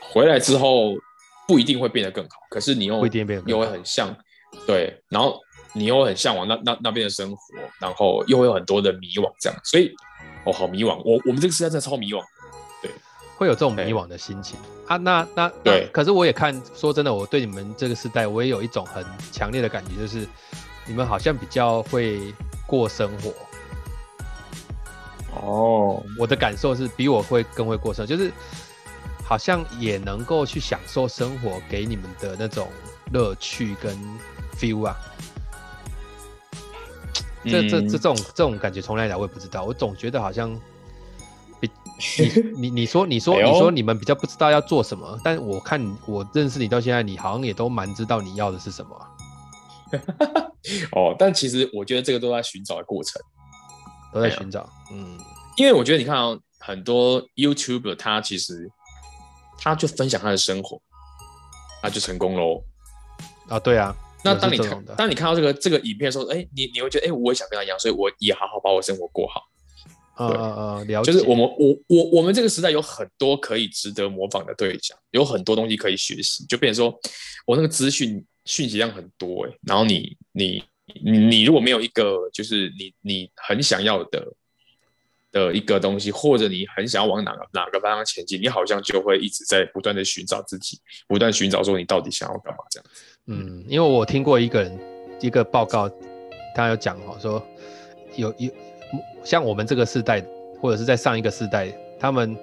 [SPEAKER 2] 回来之后不一定会变得更好，可是你又
[SPEAKER 1] 不一定变得更
[SPEAKER 2] 又会
[SPEAKER 1] 好
[SPEAKER 2] 很向对，然后你又会很向往那那那边的生活，然后又会有很多的迷惘，这样，所以我、哦、好迷惘，我我们这个时代真的超迷惘，
[SPEAKER 1] 会有这种迷
[SPEAKER 2] 对
[SPEAKER 1] 惘的心情啊。那那那
[SPEAKER 2] 对
[SPEAKER 1] 可是我也看，说真的，我对你们这个时代，我也有一种很强烈的感觉，就是你们好像比较会过生活。
[SPEAKER 2] 哦，
[SPEAKER 1] 我的感受是比我会更会过生，就是好像也能够去享受生活给你们的那种乐趣跟 feel 啊。这这
[SPEAKER 2] 嗯
[SPEAKER 1] 这这种这种感觉从哪里来我也不知道，我总觉得好像比
[SPEAKER 2] (laughs)
[SPEAKER 1] 你你你说你说
[SPEAKER 2] 哎呦
[SPEAKER 1] 你说你们比较不知道要做什么，但我看你我认识你到现在，你好像也都蛮知道你要的是什么啊，
[SPEAKER 2] 哦，但其实我觉得这个都在寻找的过程。
[SPEAKER 1] 都在
[SPEAKER 2] 哎呀
[SPEAKER 1] 寻找。嗯，
[SPEAKER 2] 因为我觉得你看、哦，很多 YouTuber 他其实他就分享他的生活，他就成功喽。
[SPEAKER 1] 啊，对啊。
[SPEAKER 2] 那
[SPEAKER 1] 有
[SPEAKER 2] 当
[SPEAKER 1] 是
[SPEAKER 2] 你
[SPEAKER 1] 这种
[SPEAKER 2] 看
[SPEAKER 1] 的
[SPEAKER 2] 当你看到这个这个影片的时候，哎、你你会觉得，哎、我也想跟他一样，所以我也好好把我生活过好。
[SPEAKER 1] 呃
[SPEAKER 2] 对
[SPEAKER 1] 呃呃，了解。
[SPEAKER 2] 就是我们我我我们这个时代有很多可以值得模仿的对象，有很多东西可以学习，就变成说我那个资讯讯息量很多哎、然后你你你你如果没有一个就是你你很想要的的一个东西，或者你很想要往哪个哪个方向前进，你好像就会一直在不断的寻找自己，不断寻找说你到底想要干嘛这样。
[SPEAKER 1] 嗯，因为我听过一个人一个报告，他有讲哦，说有有像我们这个世代，或者是在上一个世代，他们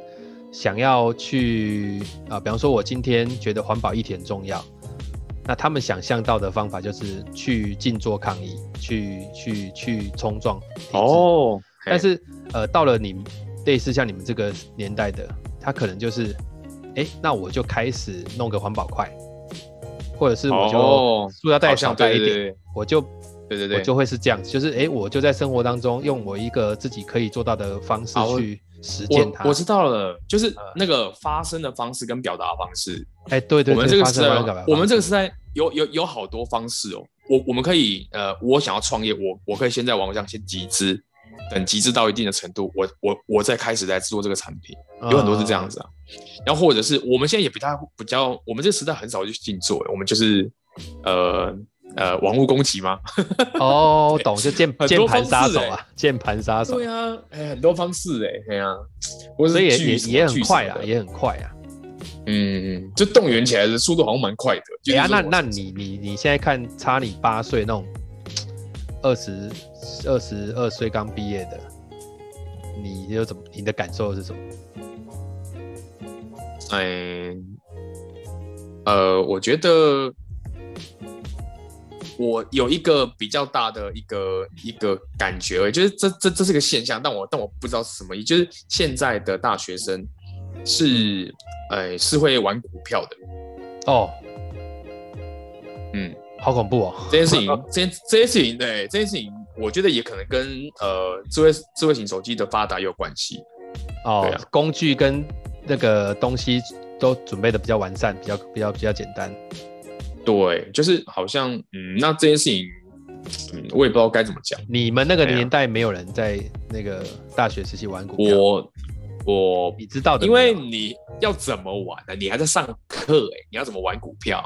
[SPEAKER 1] 想要去啊、比方说我今天觉得环保议题很重要，那他们想象到的方法就是去静坐抗议，去去去冲撞体制，
[SPEAKER 2] 哦
[SPEAKER 1] 哦但是呃，到了你类似像你们这个年代的，他可能就是，哎，那我就开始弄个环保块，或者是我
[SPEAKER 2] 哦
[SPEAKER 1] 就塑料袋
[SPEAKER 2] 好
[SPEAKER 1] 少
[SPEAKER 2] 像
[SPEAKER 1] 带一
[SPEAKER 2] 对
[SPEAKER 1] 点，
[SPEAKER 2] 对对
[SPEAKER 1] 我就
[SPEAKER 2] 对对
[SPEAKER 1] 我
[SPEAKER 2] 对，
[SPEAKER 1] 就会是这样子，就是哎，诶我就在生活当中用我一个自己可以做到的方式
[SPEAKER 2] 好我
[SPEAKER 1] 去实践
[SPEAKER 2] 我
[SPEAKER 1] 它。
[SPEAKER 2] 我知道了，就是
[SPEAKER 1] 呃
[SPEAKER 2] 那个发声的方式跟表达方式，
[SPEAKER 1] 哎，对对对，
[SPEAKER 2] 我们这个
[SPEAKER 1] 发
[SPEAKER 2] 时
[SPEAKER 1] 生完改
[SPEAKER 2] 代
[SPEAKER 1] 吧，
[SPEAKER 2] 我们这个时代有有有好多方式哦。我我们可以呃，我想要创业，我我可以先在网上先集资，等集资到一定的程度，我我我再开始来制作这个产品，有很多是这样子啊。然后或者是我们现在也比较比较，我们这个时代很少去静坐，我们就是呃呃网络攻击吗？
[SPEAKER 1] 嗯。哦，我
[SPEAKER 2] (laughs)
[SPEAKER 1] 懂，就键
[SPEAKER 2] 很
[SPEAKER 1] 键
[SPEAKER 2] 多
[SPEAKER 1] 盘杀
[SPEAKER 2] 方式
[SPEAKER 1] 手
[SPEAKER 2] 诶
[SPEAKER 1] 啊，键盘杀手
[SPEAKER 2] 对，啊， (laughs) 哎、很多方式哎、哎呀、或者
[SPEAKER 1] 所
[SPEAKER 2] 是
[SPEAKER 1] 以也
[SPEAKER 2] 剧
[SPEAKER 1] 也
[SPEAKER 2] 什么
[SPEAKER 1] 也很
[SPEAKER 2] 剧什
[SPEAKER 1] 快
[SPEAKER 2] 么
[SPEAKER 1] 啊，
[SPEAKER 2] 的
[SPEAKER 1] 也很快啊。
[SPEAKER 2] 嗯，就动员起来的速度好像蛮快的。就是
[SPEAKER 1] 对啊，
[SPEAKER 2] 说
[SPEAKER 1] 那那你你你现在看差你八岁那种二十二十二岁刚毕业的，你又怎么？你的感受是什么？
[SPEAKER 2] 哎，呃，我觉得我有一个比较大的一个一个感觉而已，就是这这这是个现象，但我但我不知道是什么意思。就是现在的大学生是，哎，是会玩股票的。
[SPEAKER 1] 哦，
[SPEAKER 2] 嗯，
[SPEAKER 1] 好恐怖哦！
[SPEAKER 2] 这件事情，这件这件事情，对这件事情，我觉得也可能跟呃智慧智慧型手机的发达有关系。
[SPEAKER 1] 哦，
[SPEAKER 2] 对啊
[SPEAKER 1] 工具跟那个东西都准备的比较完善，比较比较比较简单。
[SPEAKER 2] 对，就是好像嗯，那这件事情，嗯，我也不知道该怎么讲。
[SPEAKER 1] 你们那个
[SPEAKER 2] 对啊
[SPEAKER 1] 年代没有人在那个大学时期玩股票，
[SPEAKER 2] 我我，
[SPEAKER 1] 你知道的
[SPEAKER 2] 因
[SPEAKER 1] 没有，
[SPEAKER 2] 为你要怎么玩呢、你还在上课哎、你要怎么玩股票？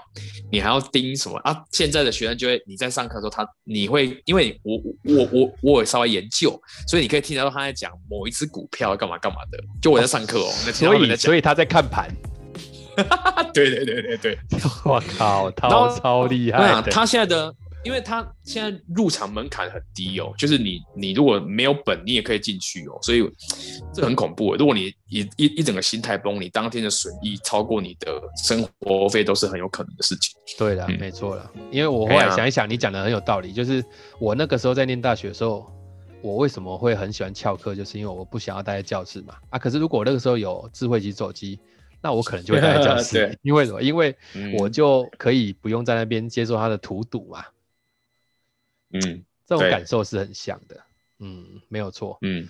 [SPEAKER 2] 你还要盯什么啊？现在的学生就会，你在上课的时候他，你会因为我我我我有稍微研究，所以你可以听得到他在讲某一只股票干嘛干嘛的。就我在上课哦，那听到
[SPEAKER 1] 所
[SPEAKER 2] 他们
[SPEAKER 1] 以
[SPEAKER 2] 在讲
[SPEAKER 1] 所以他在看盘。 (laughs)
[SPEAKER 2] 啊，对对对对对，
[SPEAKER 1] 我靠，
[SPEAKER 2] 然
[SPEAKER 1] 超
[SPEAKER 2] 后
[SPEAKER 1] 超厉
[SPEAKER 2] 对啊
[SPEAKER 1] 害，的。
[SPEAKER 2] 他现在的，因为他现在入场门槛很低哦，就是你你如果没有本，你也可以进去哦，所以这很恐怖哦。如果你一一一整个心态崩，你当天的损益超过你的生活费，都是很有可能的事情。
[SPEAKER 1] 对了，
[SPEAKER 2] 嗯
[SPEAKER 1] 没错了，因为我后来
[SPEAKER 2] 哎呀
[SPEAKER 1] 想一想，你讲的很有道理。就是我那个时候在念大学的时候，我为什么会很喜欢翘课，就是因为我不想要待在教室嘛。啊，可是如果我那个时候有智慧型手机，那我可能就会待在教室
[SPEAKER 2] (laughs) 对。
[SPEAKER 1] 因为什么？因为
[SPEAKER 2] 嗯
[SPEAKER 1] 我就可以不用在那边接受他的荼毒嘛。
[SPEAKER 2] 嗯
[SPEAKER 1] 这种
[SPEAKER 2] 对
[SPEAKER 1] 感受是很像的。嗯，没有错。
[SPEAKER 2] 嗯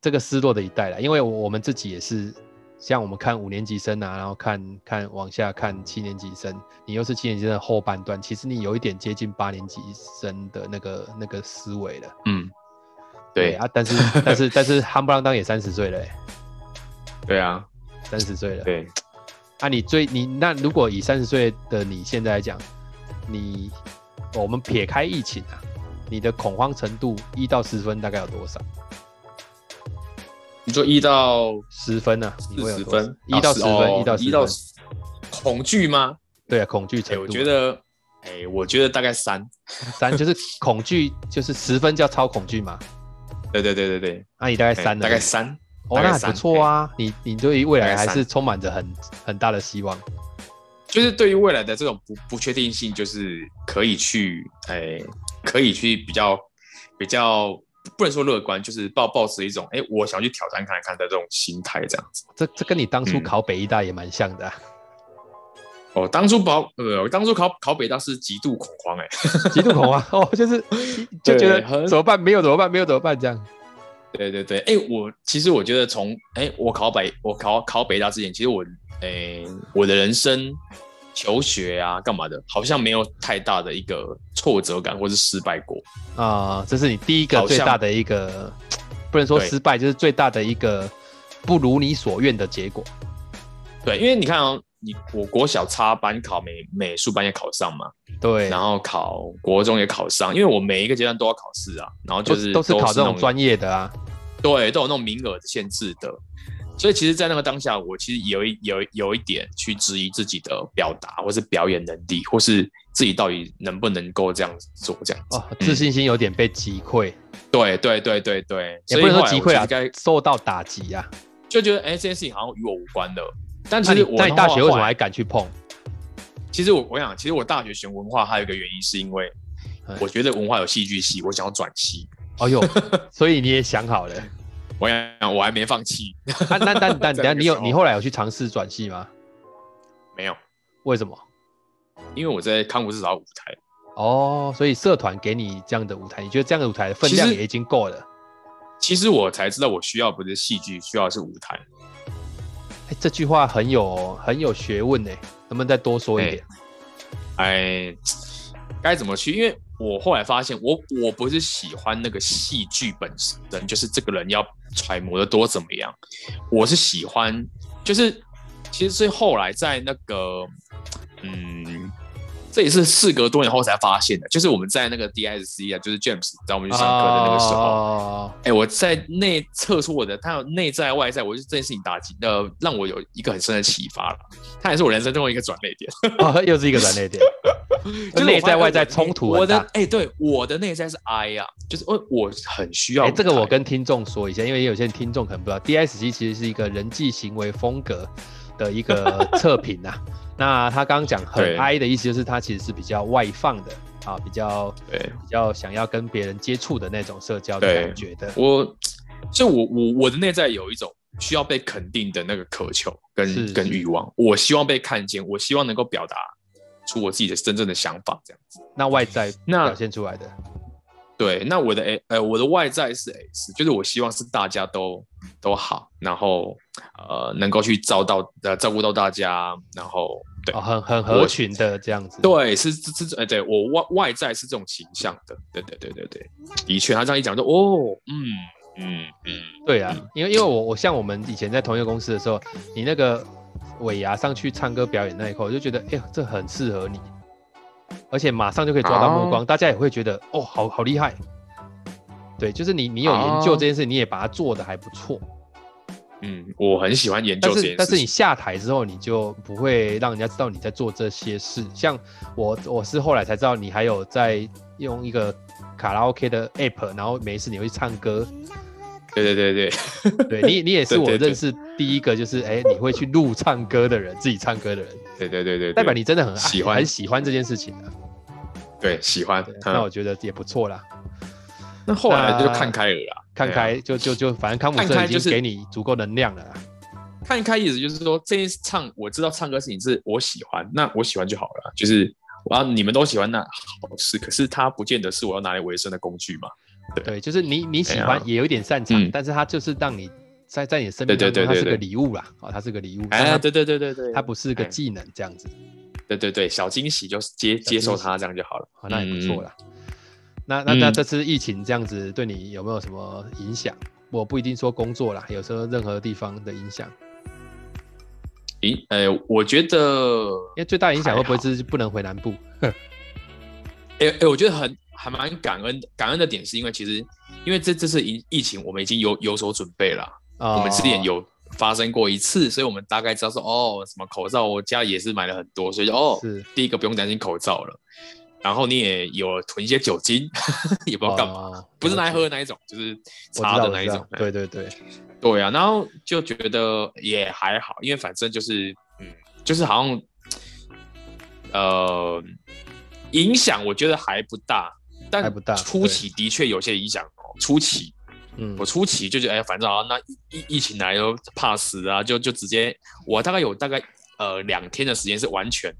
[SPEAKER 1] 这个失落的一代了，因为我我们自己也是，像我们看五年级生啊，然后看看往下看七年级生，你又是七年级生的后半段，其实你有一点接近八年级生的那个那个思维了。
[SPEAKER 2] 嗯，对
[SPEAKER 1] 啊，但
[SPEAKER 2] (laughs)
[SPEAKER 1] 是但是但是夯不啷当也三十岁了、欸，
[SPEAKER 2] 对啊，
[SPEAKER 1] 三十岁了。
[SPEAKER 2] 对，
[SPEAKER 1] 啊，你最你那如果以三十岁的你现在来讲，你我们撇开疫情啊，你的恐慌程度一到十分大概有多少？
[SPEAKER 2] 你说一到
[SPEAKER 1] 十分呢、啊？你会有
[SPEAKER 2] 四十
[SPEAKER 1] 多少
[SPEAKER 2] 分，
[SPEAKER 1] 一到
[SPEAKER 2] 啊
[SPEAKER 1] 十
[SPEAKER 2] 是哦
[SPEAKER 1] 分，一到
[SPEAKER 2] 一
[SPEAKER 1] 十
[SPEAKER 2] 到
[SPEAKER 1] 分，
[SPEAKER 2] 十恐惧吗？
[SPEAKER 1] 对啊，恐惧
[SPEAKER 2] 哎，
[SPEAKER 1] 程度啊。
[SPEAKER 2] 我觉得，哎，我觉得大概三。
[SPEAKER 1] 三就是恐惧，就是十分叫超恐惧嘛。
[SPEAKER 2] 对对对对对，
[SPEAKER 1] 那、你大概
[SPEAKER 2] 哎
[SPEAKER 1] 三了，
[SPEAKER 2] 大概三。
[SPEAKER 1] 哦，
[SPEAKER 2] 大
[SPEAKER 1] 那
[SPEAKER 2] 概
[SPEAKER 1] 还
[SPEAKER 2] 三
[SPEAKER 1] 不错啊。你你对于未来
[SPEAKER 2] 大概
[SPEAKER 1] 还
[SPEAKER 2] 三
[SPEAKER 1] 是充满着很很大的希望。
[SPEAKER 2] 就是对于未来的这种不不确定性，就是可以去，哎，可以去比较比较，不能说乐观，就是抱抱持一种，哎，我想去挑战看看的这种心态，这样子。
[SPEAKER 1] 这这跟你当初
[SPEAKER 2] 嗯
[SPEAKER 1] 考北医大也蛮像的、啊，
[SPEAKER 2] 哦，当初考，呃，我当初考考北大是极度恐慌、哎， (laughs)
[SPEAKER 1] 极度恐慌哦，就是就觉
[SPEAKER 2] 对很
[SPEAKER 1] 得怎么办？没有怎么办？没有怎么办？这样
[SPEAKER 2] 对对对，哎、我其实我觉得从哎、我考北我考考北大之前，其实我哎、我的人生求学啊干嘛的，好像没有太大的一个挫折感或是失败过。
[SPEAKER 1] 啊、这是你第一个
[SPEAKER 2] 好像
[SPEAKER 1] 最大的一个，不能说
[SPEAKER 2] 对
[SPEAKER 1] 失败，就是最大的一个不如你所愿的结果。
[SPEAKER 2] 对，因为你看哦，你我国小插班考美美术班也考上嘛，
[SPEAKER 1] 对，
[SPEAKER 2] 然后考国中也考上，因为我每一个阶段都要考试啊，然后
[SPEAKER 1] 都
[SPEAKER 2] 就是
[SPEAKER 1] 都是考这
[SPEAKER 2] 那
[SPEAKER 1] 种专业的啊。
[SPEAKER 2] 对，都有那种名额的限制的。所以其实，在那个当下，我其实有一有一有一点去质疑自己的表达，或是表演能力，或是自己到底能不能够这样子做这样子。
[SPEAKER 1] 哦，自信心有点被击溃，
[SPEAKER 2] 对对对对对，
[SPEAKER 1] 也
[SPEAKER 2] 所以
[SPEAKER 1] 不能
[SPEAKER 2] 后
[SPEAKER 1] 说
[SPEAKER 2] 来
[SPEAKER 1] 击
[SPEAKER 2] 我其
[SPEAKER 1] 溃
[SPEAKER 2] 实
[SPEAKER 1] 啊
[SPEAKER 2] 该，
[SPEAKER 1] 受到打击啊。
[SPEAKER 2] 就觉得哎、这件事情好像与我无关的。但
[SPEAKER 1] 那你
[SPEAKER 2] 其实我
[SPEAKER 1] 那你大学为什
[SPEAKER 2] 后
[SPEAKER 1] 么
[SPEAKER 2] 来
[SPEAKER 1] 还敢去
[SPEAKER 2] (laughs)
[SPEAKER 1] 碰？
[SPEAKER 2] 其实我我想，其实我大学选文化还有一个原因，是因为
[SPEAKER 1] 哎
[SPEAKER 2] 我觉得文化有戏剧系，我想要转系。
[SPEAKER 1] 哎呦， (laughs) 所以你也想好
[SPEAKER 2] (laughs)
[SPEAKER 1] 了？
[SPEAKER 2] 我想我还没放弃，
[SPEAKER 1] 啊、那那那等一下
[SPEAKER 2] 在那个
[SPEAKER 1] 你
[SPEAKER 2] 时
[SPEAKER 1] 有
[SPEAKER 2] 候
[SPEAKER 1] 你后来有去尝试转系吗？
[SPEAKER 2] 没有，
[SPEAKER 1] 为什么？
[SPEAKER 2] 因为我在康复至少舞台。
[SPEAKER 1] 哦，所以社团给你这样的舞台，你觉得这样的舞台的分量
[SPEAKER 2] 其实
[SPEAKER 1] 也已经够了？
[SPEAKER 2] 其实我才知道，我需要不是戏剧，需要的是舞台。
[SPEAKER 1] 哎，这句话很有很有学问呢，能不能再多说一点？
[SPEAKER 2] 哎，该怎么去？因为我后来发现我，我不是喜欢那个戏剧本身，就是这个人要揣摩的多怎么样。我是喜欢，就是其实是后来在那个，嗯，这也是事隔多年后才发现的，就是我们在那个 DSC 啊，就是 James 在我们去上课的那个时候。
[SPEAKER 1] 哦 (laughs)
[SPEAKER 2] 哎、我在内测出我的，他有内在外在，我就这件事情打击，呃，让我有一个很深的启发了。它也是我人生中的一个转捩点。
[SPEAKER 1] 哦，又是一个转捩点，
[SPEAKER 2] (laughs) 就是
[SPEAKER 1] 内
[SPEAKER 2] 我发
[SPEAKER 1] 在
[SPEAKER 2] 现
[SPEAKER 1] 外在
[SPEAKER 2] 我
[SPEAKER 1] 冲突
[SPEAKER 2] 我
[SPEAKER 1] 很
[SPEAKER 2] 的
[SPEAKER 1] 大。
[SPEAKER 2] 哎、对，我的内在是 I 啊，就是我我很需要
[SPEAKER 1] 哎、
[SPEAKER 2] 舞台、
[SPEAKER 1] 这个我跟听众说一下，因为也有些听众可能不知道，DSG 其实是一个人际行为风格的一个测评
[SPEAKER 2] (laughs)
[SPEAKER 1] 啊。那他刚刚讲很
[SPEAKER 2] 对
[SPEAKER 1] I 的意思，就是他其实是比较外放的啊，比较
[SPEAKER 2] 对
[SPEAKER 1] 比较想要跟别人接触的那种社交的
[SPEAKER 2] 对
[SPEAKER 1] 感觉的。
[SPEAKER 2] 我，就我我我的内在有一种需要被肯定的那个渴求
[SPEAKER 1] 是
[SPEAKER 2] 跟跟
[SPEAKER 1] 是
[SPEAKER 2] 欲望，我希望被看见，我希望能够表达出我自己的真正的想法，这样子。
[SPEAKER 1] 那外在
[SPEAKER 2] 那
[SPEAKER 1] 表现出来的，
[SPEAKER 2] 对，那我的 A 呃我的外在是 S，就是我希望是大家都都好，然后呃能够去照到呃照顾到大家，然后对。
[SPEAKER 1] 哦，很很合
[SPEAKER 2] 我
[SPEAKER 1] 群的这样子。
[SPEAKER 2] 对，是是是，哎，对我外外在是这种形象的，对对对对对，的确，他这样一讲就哦，嗯嗯嗯，
[SPEAKER 1] 对啊，因为因为我我像我们以前在同一个公司的时候，你那个尾牙上去唱歌表演那一刻，我就觉得，哎、呦，这很适合你，而且马上就可以抓到目光，大家也会觉得，哦，好好厉害。对，就是你你有研究
[SPEAKER 2] 哦
[SPEAKER 1] 这件事，你也把它做的还不错，
[SPEAKER 2] 嗯，我很喜欢研
[SPEAKER 1] 但
[SPEAKER 2] 究这
[SPEAKER 1] 是
[SPEAKER 2] 件
[SPEAKER 1] 但
[SPEAKER 2] 事
[SPEAKER 1] 是你
[SPEAKER 2] 情。
[SPEAKER 1] 下台之后，你就不会让人家知道你在做这些事。像我我是后来才知道，你还有在用一个卡拉 OK 的 app，然后没事你会唱歌，
[SPEAKER 2] 对对对对，
[SPEAKER 1] 对你，你也是
[SPEAKER 2] 对
[SPEAKER 1] 我
[SPEAKER 2] 对对
[SPEAKER 1] 认识第一个，就是哎、你会去录唱歌的人，自己唱歌的人，
[SPEAKER 2] 对对对对，
[SPEAKER 1] 代表你真的很爱
[SPEAKER 2] 喜欢
[SPEAKER 1] 很喜欢这件事情啊。
[SPEAKER 2] 对喜欢
[SPEAKER 1] 对，那
[SPEAKER 2] 嗯
[SPEAKER 1] 我觉得也不错啦，
[SPEAKER 2] 那后来就看开了啦，
[SPEAKER 1] 看
[SPEAKER 2] 对啊
[SPEAKER 1] 开就就就，反正康姆
[SPEAKER 2] 看
[SPEAKER 1] 社
[SPEAKER 2] 开
[SPEAKER 1] 已
[SPEAKER 2] 就
[SPEAKER 1] 经
[SPEAKER 2] 是
[SPEAKER 1] 给你足够能量了啦。
[SPEAKER 2] 看开意思就是说，这件事唱我知道唱歌事情是我喜欢，那我喜欢就好了，就是我要你们都喜欢那好事，可是它不见得是我要拿来维生的工具嘛。
[SPEAKER 1] 对，就是你你喜
[SPEAKER 2] 哎
[SPEAKER 1] 欢
[SPEAKER 2] 呀
[SPEAKER 1] 也有一点擅长，
[SPEAKER 2] 嗯
[SPEAKER 1] 但是它就是让你在在你的生命
[SPEAKER 2] 对
[SPEAKER 1] 当
[SPEAKER 2] 对
[SPEAKER 1] 中，
[SPEAKER 2] 对
[SPEAKER 1] 它
[SPEAKER 2] 对
[SPEAKER 1] 是个
[SPEAKER 2] 对
[SPEAKER 1] 礼物啦，哦，它是个礼物，但
[SPEAKER 2] 哎，
[SPEAKER 1] 它
[SPEAKER 2] 对对对对对，
[SPEAKER 1] 它不是个
[SPEAKER 2] 哎
[SPEAKER 1] 技能这样子，
[SPEAKER 2] 对对对，小惊喜就是接
[SPEAKER 1] 惊喜
[SPEAKER 2] 接受它这样就好了，
[SPEAKER 1] 哦，那也不
[SPEAKER 2] 嗯
[SPEAKER 1] 错啦。那那那
[SPEAKER 2] 嗯
[SPEAKER 1] 这次疫情这样子对你有没有什么影响？我不一定说工作啦，有时候任何地方的影响。
[SPEAKER 2] 咦，呃，我觉得，
[SPEAKER 1] 因为最大影响
[SPEAKER 2] 还
[SPEAKER 1] 会
[SPEAKER 2] 好
[SPEAKER 1] 不会是不能回南部？
[SPEAKER 2] 哎、哎、我觉得很还蛮感恩的，感恩的点是因为其实因为这这次疫疫情，我们已经有有所准备了，
[SPEAKER 1] 啊
[SPEAKER 2] 我们之前有发生过一次，所以我们大概知道说哦，什么口罩，我家里也是买了很多，所以就哦，
[SPEAKER 1] 是
[SPEAKER 2] 第一个不用担心口罩了，然后你也有囤一些酒精， (laughs) 也
[SPEAKER 1] 哦
[SPEAKER 2] 不知道干嘛，
[SPEAKER 1] 嘛
[SPEAKER 2] 不是拿来喝的那一种，就是擦的那一种，哎
[SPEAKER 1] 对对对，
[SPEAKER 2] 对啊，然后就觉得也还好，因为反正就是，嗯，就是好像，呃，影响我觉得还不大，但
[SPEAKER 1] 还不大
[SPEAKER 2] 初期的确有些影响哦。初期
[SPEAKER 1] 嗯
[SPEAKER 2] 我，初期就觉得，哎，反正啊，那疫疫情来都怕死啊，就就直接，我大概有大概呃两天的时间是完全、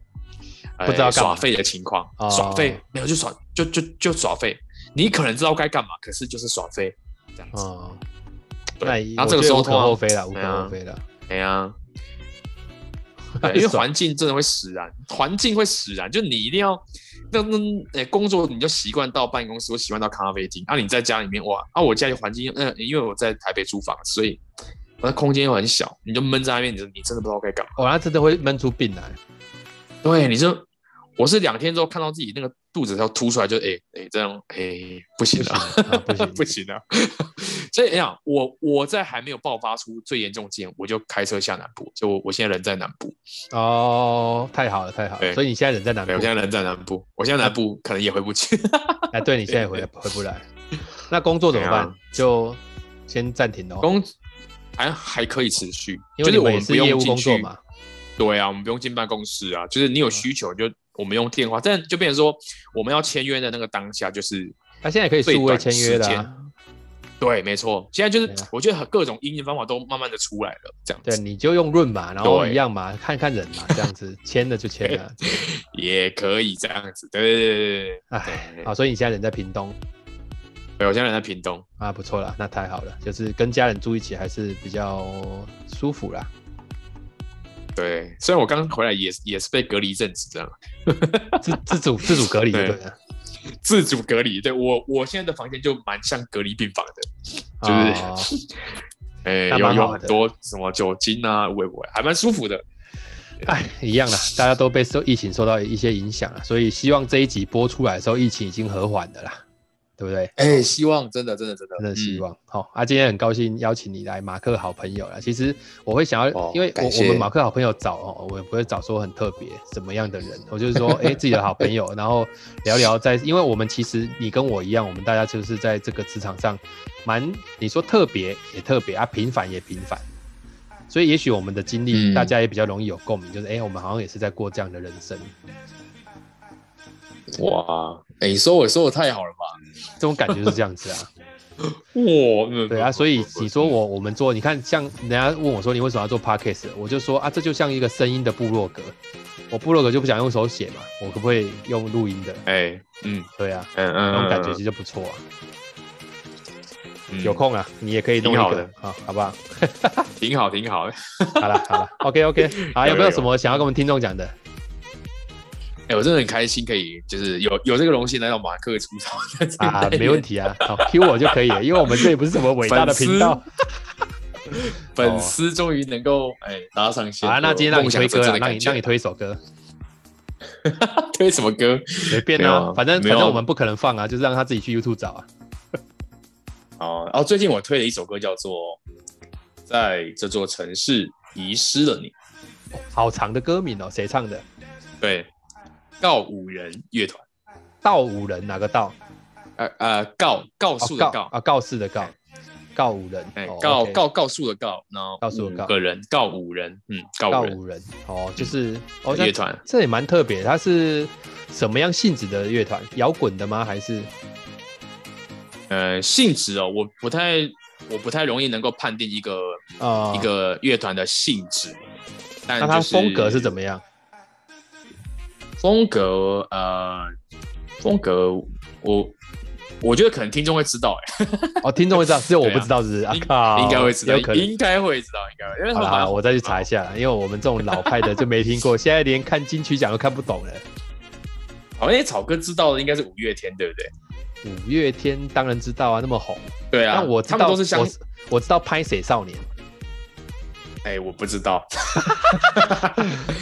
[SPEAKER 2] 呃
[SPEAKER 1] 不知道干嘛
[SPEAKER 2] 耍废的情况，
[SPEAKER 1] 哦
[SPEAKER 2] 耍废没有就耍就就就耍废，你可能知道该干嘛，可是就是耍废这样子。
[SPEAKER 1] 哦，那
[SPEAKER 2] 对
[SPEAKER 1] 也，
[SPEAKER 2] 然后
[SPEAKER 1] 我
[SPEAKER 2] 这个
[SPEAKER 1] 觉
[SPEAKER 2] 时
[SPEAKER 1] 得
[SPEAKER 2] 候
[SPEAKER 1] 无
[SPEAKER 2] 通
[SPEAKER 1] 可厚
[SPEAKER 2] 常
[SPEAKER 1] 非了，无可
[SPEAKER 2] 对啊
[SPEAKER 1] 厚非了。
[SPEAKER 2] 哎呀，
[SPEAKER 1] (laughs)
[SPEAKER 2] 对因为
[SPEAKER 1] 爽
[SPEAKER 2] 环境真的会使然，环境会使然，就你一定要那那哎、工作你就习惯到办公室，我习惯到咖啡厅，啊你在家里面哇啊我家里环境嗯、因为我在台北租房，所以那空间又很小，你就闷在那边，你就你真的不知道该干嘛。
[SPEAKER 1] 哦，那真的会闷出病来。
[SPEAKER 2] 对，你就我是两天之后看到自己那个肚子要凸出来就，哎哎这样哎不
[SPEAKER 1] 不
[SPEAKER 2] 行
[SPEAKER 1] 行
[SPEAKER 2] 了。 (laughs)
[SPEAKER 1] 啊，不行，
[SPEAKER 2] 不行啊！所以哎呀，我我在还没有爆发出最严重之前，我就开车下南部。就我我现在人在南部，
[SPEAKER 1] 哦，太好了，太好了。
[SPEAKER 2] 对
[SPEAKER 1] 所以你现在人在南部
[SPEAKER 2] 啊对，我，现在人在南部，我现在南部可能也回
[SPEAKER 1] (laughs)
[SPEAKER 2] 不去。
[SPEAKER 1] 哎，对你现在回回不来，那工作怎么办
[SPEAKER 2] 对？啊
[SPEAKER 1] 就先暂停喽，
[SPEAKER 2] 工还还可以持续，
[SPEAKER 1] 因为
[SPEAKER 2] 就是
[SPEAKER 1] 你
[SPEAKER 2] 我
[SPEAKER 1] 们也
[SPEAKER 2] 们不
[SPEAKER 1] 是业
[SPEAKER 2] 用
[SPEAKER 1] 务
[SPEAKER 2] 进
[SPEAKER 1] 工作
[SPEAKER 2] 去。
[SPEAKER 1] 嘛。嗯
[SPEAKER 2] 对啊，我们不用进办公室啊，就是你有需求就我们用电话，但就变成说我们要签约的那个当下就是
[SPEAKER 1] 他现在可以
[SPEAKER 2] 最
[SPEAKER 1] 数位
[SPEAKER 2] 短
[SPEAKER 1] 签约
[SPEAKER 2] 时
[SPEAKER 1] 的
[SPEAKER 2] 间
[SPEAKER 1] 啊，
[SPEAKER 2] 对，没错，现在就是、
[SPEAKER 1] 对啊
[SPEAKER 2] 我觉得各种应用方法都慢慢的出来了，这样
[SPEAKER 1] 对，
[SPEAKER 2] 子
[SPEAKER 1] 你就用润嘛，然后
[SPEAKER 2] 对
[SPEAKER 1] 一样嘛，看看人嘛，这样子签了就签
[SPEAKER 2] (laughs)
[SPEAKER 1] 了。
[SPEAKER 2] 也可以这样子，对对对对对
[SPEAKER 1] 哎，
[SPEAKER 2] 对。
[SPEAKER 1] 好，所以你现在人在屏东
[SPEAKER 2] 对，我现在人在屏东，
[SPEAKER 1] 啊，不错啦，那太好了，就是跟家人住一起还是比较舒服
[SPEAKER 2] (laughs)
[SPEAKER 1] 啦。
[SPEAKER 2] 对，虽然我刚回来也也是被隔离一阵子这样，
[SPEAKER 1] 自自主自主隔离就对
[SPEAKER 2] 对
[SPEAKER 1] 了，
[SPEAKER 2] 自主隔离，对我我现在的房间就蛮像隔离病房的，就是
[SPEAKER 1] 哦
[SPEAKER 2] 哎、
[SPEAKER 1] 那
[SPEAKER 2] 有
[SPEAKER 1] 蛮
[SPEAKER 2] 有
[SPEAKER 1] 好
[SPEAKER 2] 很
[SPEAKER 1] 的
[SPEAKER 2] 多什么酒精啊，微微，还蛮舒服的。
[SPEAKER 1] 哎，一样啦，大家都被受疫情受到一些影响了，所以希望这一集播出来的时候，疫情已经和缓的啦，对不对？
[SPEAKER 2] 哎、希望真的真的真的
[SPEAKER 1] 真的希望。好、啊，今天很高兴邀请你来马克好朋友啦。其实我会想要，
[SPEAKER 2] 哦
[SPEAKER 1] 因为我
[SPEAKER 2] 感
[SPEAKER 1] 我
[SPEAKER 2] 谢
[SPEAKER 1] 们马克好朋友找哦，我也不会找说很特别什么样的人，我就是说，哎、自己的好朋友，然后聊聊在，因为我们其实你跟我一样，我们大家就是在这个职场上蛮，你说特别也特别啊，平凡也平凡。所以，也许我们的经历，
[SPEAKER 2] 嗯
[SPEAKER 1] 大家也比较容易有共鸣，就是哎、我们好像也是在过这样的人生，
[SPEAKER 2] 哇，哎、你说我说我太好了吧？
[SPEAKER 1] 这种感觉是这样子啊。
[SPEAKER 2] 哇，嗯
[SPEAKER 1] 对啊，所以你说我我们做，你看像人家问我说你为什么要做 podcast，我就说啊，这就像一个声音的部落格，我部落格就不想用手写嘛，我可不可以用录音的？
[SPEAKER 2] 哎、嗯
[SPEAKER 1] 对啊，
[SPEAKER 2] 嗯嗯，
[SPEAKER 1] 那种感觉其实不错啊。
[SPEAKER 2] 嗯
[SPEAKER 1] 有空啊，你也可以弄一
[SPEAKER 2] 挺好
[SPEAKER 1] 个
[SPEAKER 2] 的，
[SPEAKER 1] 好，好不好？
[SPEAKER 2] 挺好挺好。哎、
[SPEAKER 1] 好了好了，OK OK，好，
[SPEAKER 2] (laughs)
[SPEAKER 1] 啊
[SPEAKER 2] 有
[SPEAKER 1] 有没有
[SPEAKER 2] 有
[SPEAKER 1] 什么想要跟我们听众
[SPEAKER 2] (laughs)
[SPEAKER 1] 讲的？
[SPEAKER 2] 我真的很开心，可以就是有有这个荣幸来到马克出场
[SPEAKER 1] 啊，没问。题啊，好 Q 我就可以了，因为我们这也不是什么伟
[SPEAKER 2] (laughs)
[SPEAKER 1] 大的频道。
[SPEAKER 2] 粉丝终于能够哎搭上
[SPEAKER 1] 好
[SPEAKER 2] 线
[SPEAKER 1] 啊，那今天让你推歌了，
[SPEAKER 2] 了，
[SPEAKER 1] 让你让你推一首歌，
[SPEAKER 2] 推什么歌？
[SPEAKER 1] 随便
[SPEAKER 2] 没有
[SPEAKER 1] 啊
[SPEAKER 2] 啊，
[SPEAKER 1] 反正反
[SPEAKER 2] 没有啊
[SPEAKER 1] 正我们不可能放啊，就是让他自己去 YouTube 找啊。
[SPEAKER 2] 哦，然后最近我推了一首歌叫做《在这座城市遗失了你》，
[SPEAKER 1] 好长的歌名哦，谁唱的？
[SPEAKER 2] 对，告五人乐团。
[SPEAKER 1] 告五人哪个告？
[SPEAKER 2] 呃呃，告告诉的
[SPEAKER 1] 哦
[SPEAKER 2] 告，
[SPEAKER 1] 啊，告示的告，告五人
[SPEAKER 2] 哎，，
[SPEAKER 1] 哦
[SPEAKER 2] 告
[SPEAKER 1] OK
[SPEAKER 2] 告告诉的告，然后
[SPEAKER 1] 告诉的告
[SPEAKER 2] 五个人，告五人，嗯，
[SPEAKER 1] 告
[SPEAKER 2] 告五人
[SPEAKER 1] 五人，哦，就是哦，那
[SPEAKER 2] 嗯乐团，
[SPEAKER 1] 这也蛮特别，它是什么样性质的乐团？摇滚的吗？还是
[SPEAKER 2] 呃，性质哦，我不太我不太容易能够判定一个
[SPEAKER 1] 啊？
[SPEAKER 2] 一个乐团的性质，但
[SPEAKER 1] 那它
[SPEAKER 2] 就是
[SPEAKER 1] 风格是怎么样？
[SPEAKER 2] 风格呃风格我。我觉得可能听众会知道、哎
[SPEAKER 1] 哦，听众会知道，只有我不知道，是不是？啊
[SPEAKER 2] 应
[SPEAKER 1] 靠，
[SPEAKER 2] 应该会知道
[SPEAKER 1] 有，可能。
[SPEAKER 2] 应该会知道，应该会，因为
[SPEAKER 1] 好
[SPEAKER 2] 他们
[SPEAKER 1] 啦，
[SPEAKER 2] 蛮
[SPEAKER 1] 好啦我再去查一下啦，因为我们这种老派的就没听过，现在连看金曲奖都看不懂了。
[SPEAKER 2] 好像草哥知道的应该是五月天，对不对？
[SPEAKER 1] 五月天当然知道啊，那么红。
[SPEAKER 2] 对啊，
[SPEAKER 1] 但我知
[SPEAKER 2] 他
[SPEAKER 1] 道，
[SPEAKER 2] 们
[SPEAKER 1] 我
[SPEAKER 2] 都是相，
[SPEAKER 1] 我知道拍谁少年。
[SPEAKER 2] 哎、我不知道。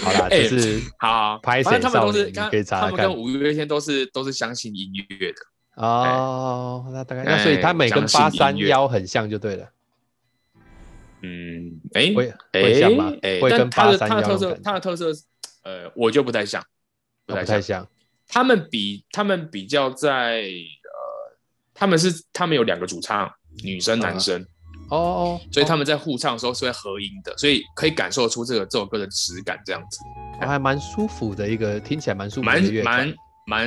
[SPEAKER 1] 好啦，就
[SPEAKER 2] (laughs) 哎
[SPEAKER 1] 是 (laughs)
[SPEAKER 2] 好，
[SPEAKER 1] 拍谁
[SPEAKER 2] 反正他们都
[SPEAKER 1] 少
[SPEAKER 2] 是
[SPEAKER 1] 年
[SPEAKER 2] 刚，
[SPEAKER 1] 可以查查
[SPEAKER 2] 他们
[SPEAKER 1] 看
[SPEAKER 2] 跟五月天都是都是相信音乐的，
[SPEAKER 1] 哦，那大概那所以他们也跟八
[SPEAKER 2] 哎相信
[SPEAKER 1] 三
[SPEAKER 2] 音乐
[SPEAKER 1] 幺很像就对了，
[SPEAKER 2] 嗯，哎、
[SPEAKER 1] 会
[SPEAKER 2] 哎
[SPEAKER 1] 会像吗？
[SPEAKER 2] 哎
[SPEAKER 1] 会
[SPEAKER 2] 但
[SPEAKER 1] 跟
[SPEAKER 2] 他
[SPEAKER 1] 八
[SPEAKER 2] 的
[SPEAKER 1] 三
[SPEAKER 2] 他的
[SPEAKER 1] 幺
[SPEAKER 2] 特色，他的特色，呃，我就不太像，不
[SPEAKER 1] 哦不
[SPEAKER 2] 太
[SPEAKER 1] 太
[SPEAKER 2] 像。
[SPEAKER 1] 像
[SPEAKER 2] 他们比他们比较在呃，他们是他们有两个主唱，女生
[SPEAKER 1] 啊
[SPEAKER 2] 男生，
[SPEAKER 1] 哦哦，
[SPEAKER 2] 所以
[SPEAKER 1] 哦
[SPEAKER 2] 他们在互唱的时候是会合音的，所以可以感受出这个这首歌的质感，这样子，
[SPEAKER 1] 哦还蛮舒服的一个，听起来蛮舒服的
[SPEAKER 2] 蛮
[SPEAKER 1] 乐团
[SPEAKER 2] 蛮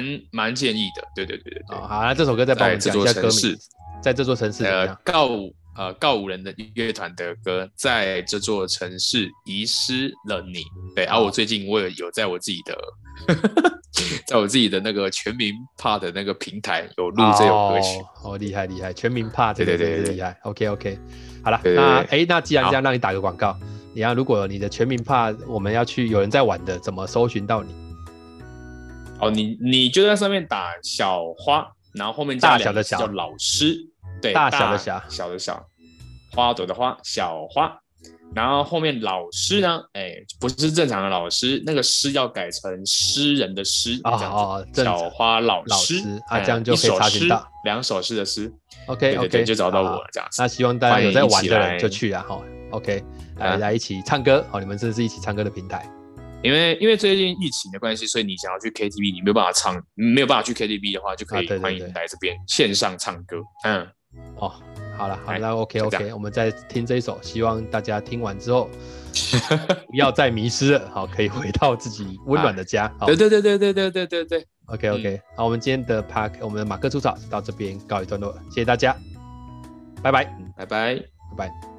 [SPEAKER 2] 蛮蛮建议的。对对对对对。
[SPEAKER 1] 哦好，那这首歌再帮我们
[SPEAKER 2] 在这
[SPEAKER 1] 讲一下
[SPEAKER 2] 座
[SPEAKER 1] 歌
[SPEAKER 2] 城
[SPEAKER 1] 名
[SPEAKER 2] 市，
[SPEAKER 1] 在这座城市怎么
[SPEAKER 2] 呃
[SPEAKER 1] 样？
[SPEAKER 2] 告五呃告五人的乐团的歌，在这座城
[SPEAKER 1] 哦
[SPEAKER 2] (laughs) 市遗失了你。对，而、啊、我最近我有有在我自己的在在我自己的那个全民 part 的那个平台有录这首歌曲。
[SPEAKER 1] 哦，哦厉害厉害，全民怕这个
[SPEAKER 2] 对对
[SPEAKER 1] 真的是
[SPEAKER 2] 对对
[SPEAKER 1] 厉害。OK OK，好了，
[SPEAKER 2] 对对
[SPEAKER 1] 那
[SPEAKER 2] 对
[SPEAKER 1] 哎，那既然
[SPEAKER 2] 好
[SPEAKER 1] 这样，让你打个广告，你要如果你的全民怕我们要去有人在玩的，怎么搜寻到你？
[SPEAKER 2] 哦，你你就在上面打小花，然后后面
[SPEAKER 1] 大
[SPEAKER 2] 加
[SPEAKER 1] 小
[SPEAKER 2] 两
[SPEAKER 1] 的
[SPEAKER 2] 个
[SPEAKER 1] 小
[SPEAKER 2] 字叫老师，对，
[SPEAKER 1] 大
[SPEAKER 2] 大
[SPEAKER 1] 小的小
[SPEAKER 2] 小的小，花朵的花，小花。然后后面老师呢？哎，不是正常的老师，那个诗要改成诗人的诗
[SPEAKER 1] 哦
[SPEAKER 2] 这样子
[SPEAKER 1] 哦正常
[SPEAKER 2] 小花老
[SPEAKER 1] 老
[SPEAKER 2] 师
[SPEAKER 1] 师啊
[SPEAKER 2] 哎
[SPEAKER 1] 这样就
[SPEAKER 2] 一
[SPEAKER 1] 可以
[SPEAKER 2] 首
[SPEAKER 1] 查询
[SPEAKER 2] 诗
[SPEAKER 1] 到
[SPEAKER 2] 两首诗的诗。
[SPEAKER 1] OK
[SPEAKER 2] 对对
[SPEAKER 1] OK，
[SPEAKER 2] 对，就找到我
[SPEAKER 1] 好啊
[SPEAKER 2] 了这样子。
[SPEAKER 1] 那希望大家
[SPEAKER 2] 欢迎
[SPEAKER 1] 有在
[SPEAKER 2] 一起
[SPEAKER 1] 玩的人
[SPEAKER 2] 来
[SPEAKER 1] 就去啊，哈。OK，来
[SPEAKER 2] 啊
[SPEAKER 1] 来一起唱歌，哦，你们这是一起唱歌的平台。
[SPEAKER 2] 因为因为最近疫情的关系，所以你想要去 KTV，你没有办法唱，没有办法去 KTV 的话，就可
[SPEAKER 1] 啊
[SPEAKER 2] 以
[SPEAKER 1] 对对
[SPEAKER 2] 欢迎
[SPEAKER 1] 对
[SPEAKER 2] 来这边线上唱歌。嗯，
[SPEAKER 1] 哦，好了，好，
[SPEAKER 2] 哎
[SPEAKER 1] 那 OK
[SPEAKER 2] 就这
[SPEAKER 1] OK，我们再听这一首，希望大家听完之
[SPEAKER 2] (laughs)
[SPEAKER 1] 后不要再迷失了，哦好，可以回到自己温暖的家。好
[SPEAKER 2] 哎对对嗯对对对对对对对，
[SPEAKER 1] ，OK OK，好，我们今天的 Park，我们的马克出草到这边告一段落了，谢谢大家，拜拜，拜
[SPEAKER 2] 拜拜。
[SPEAKER 1] 拜。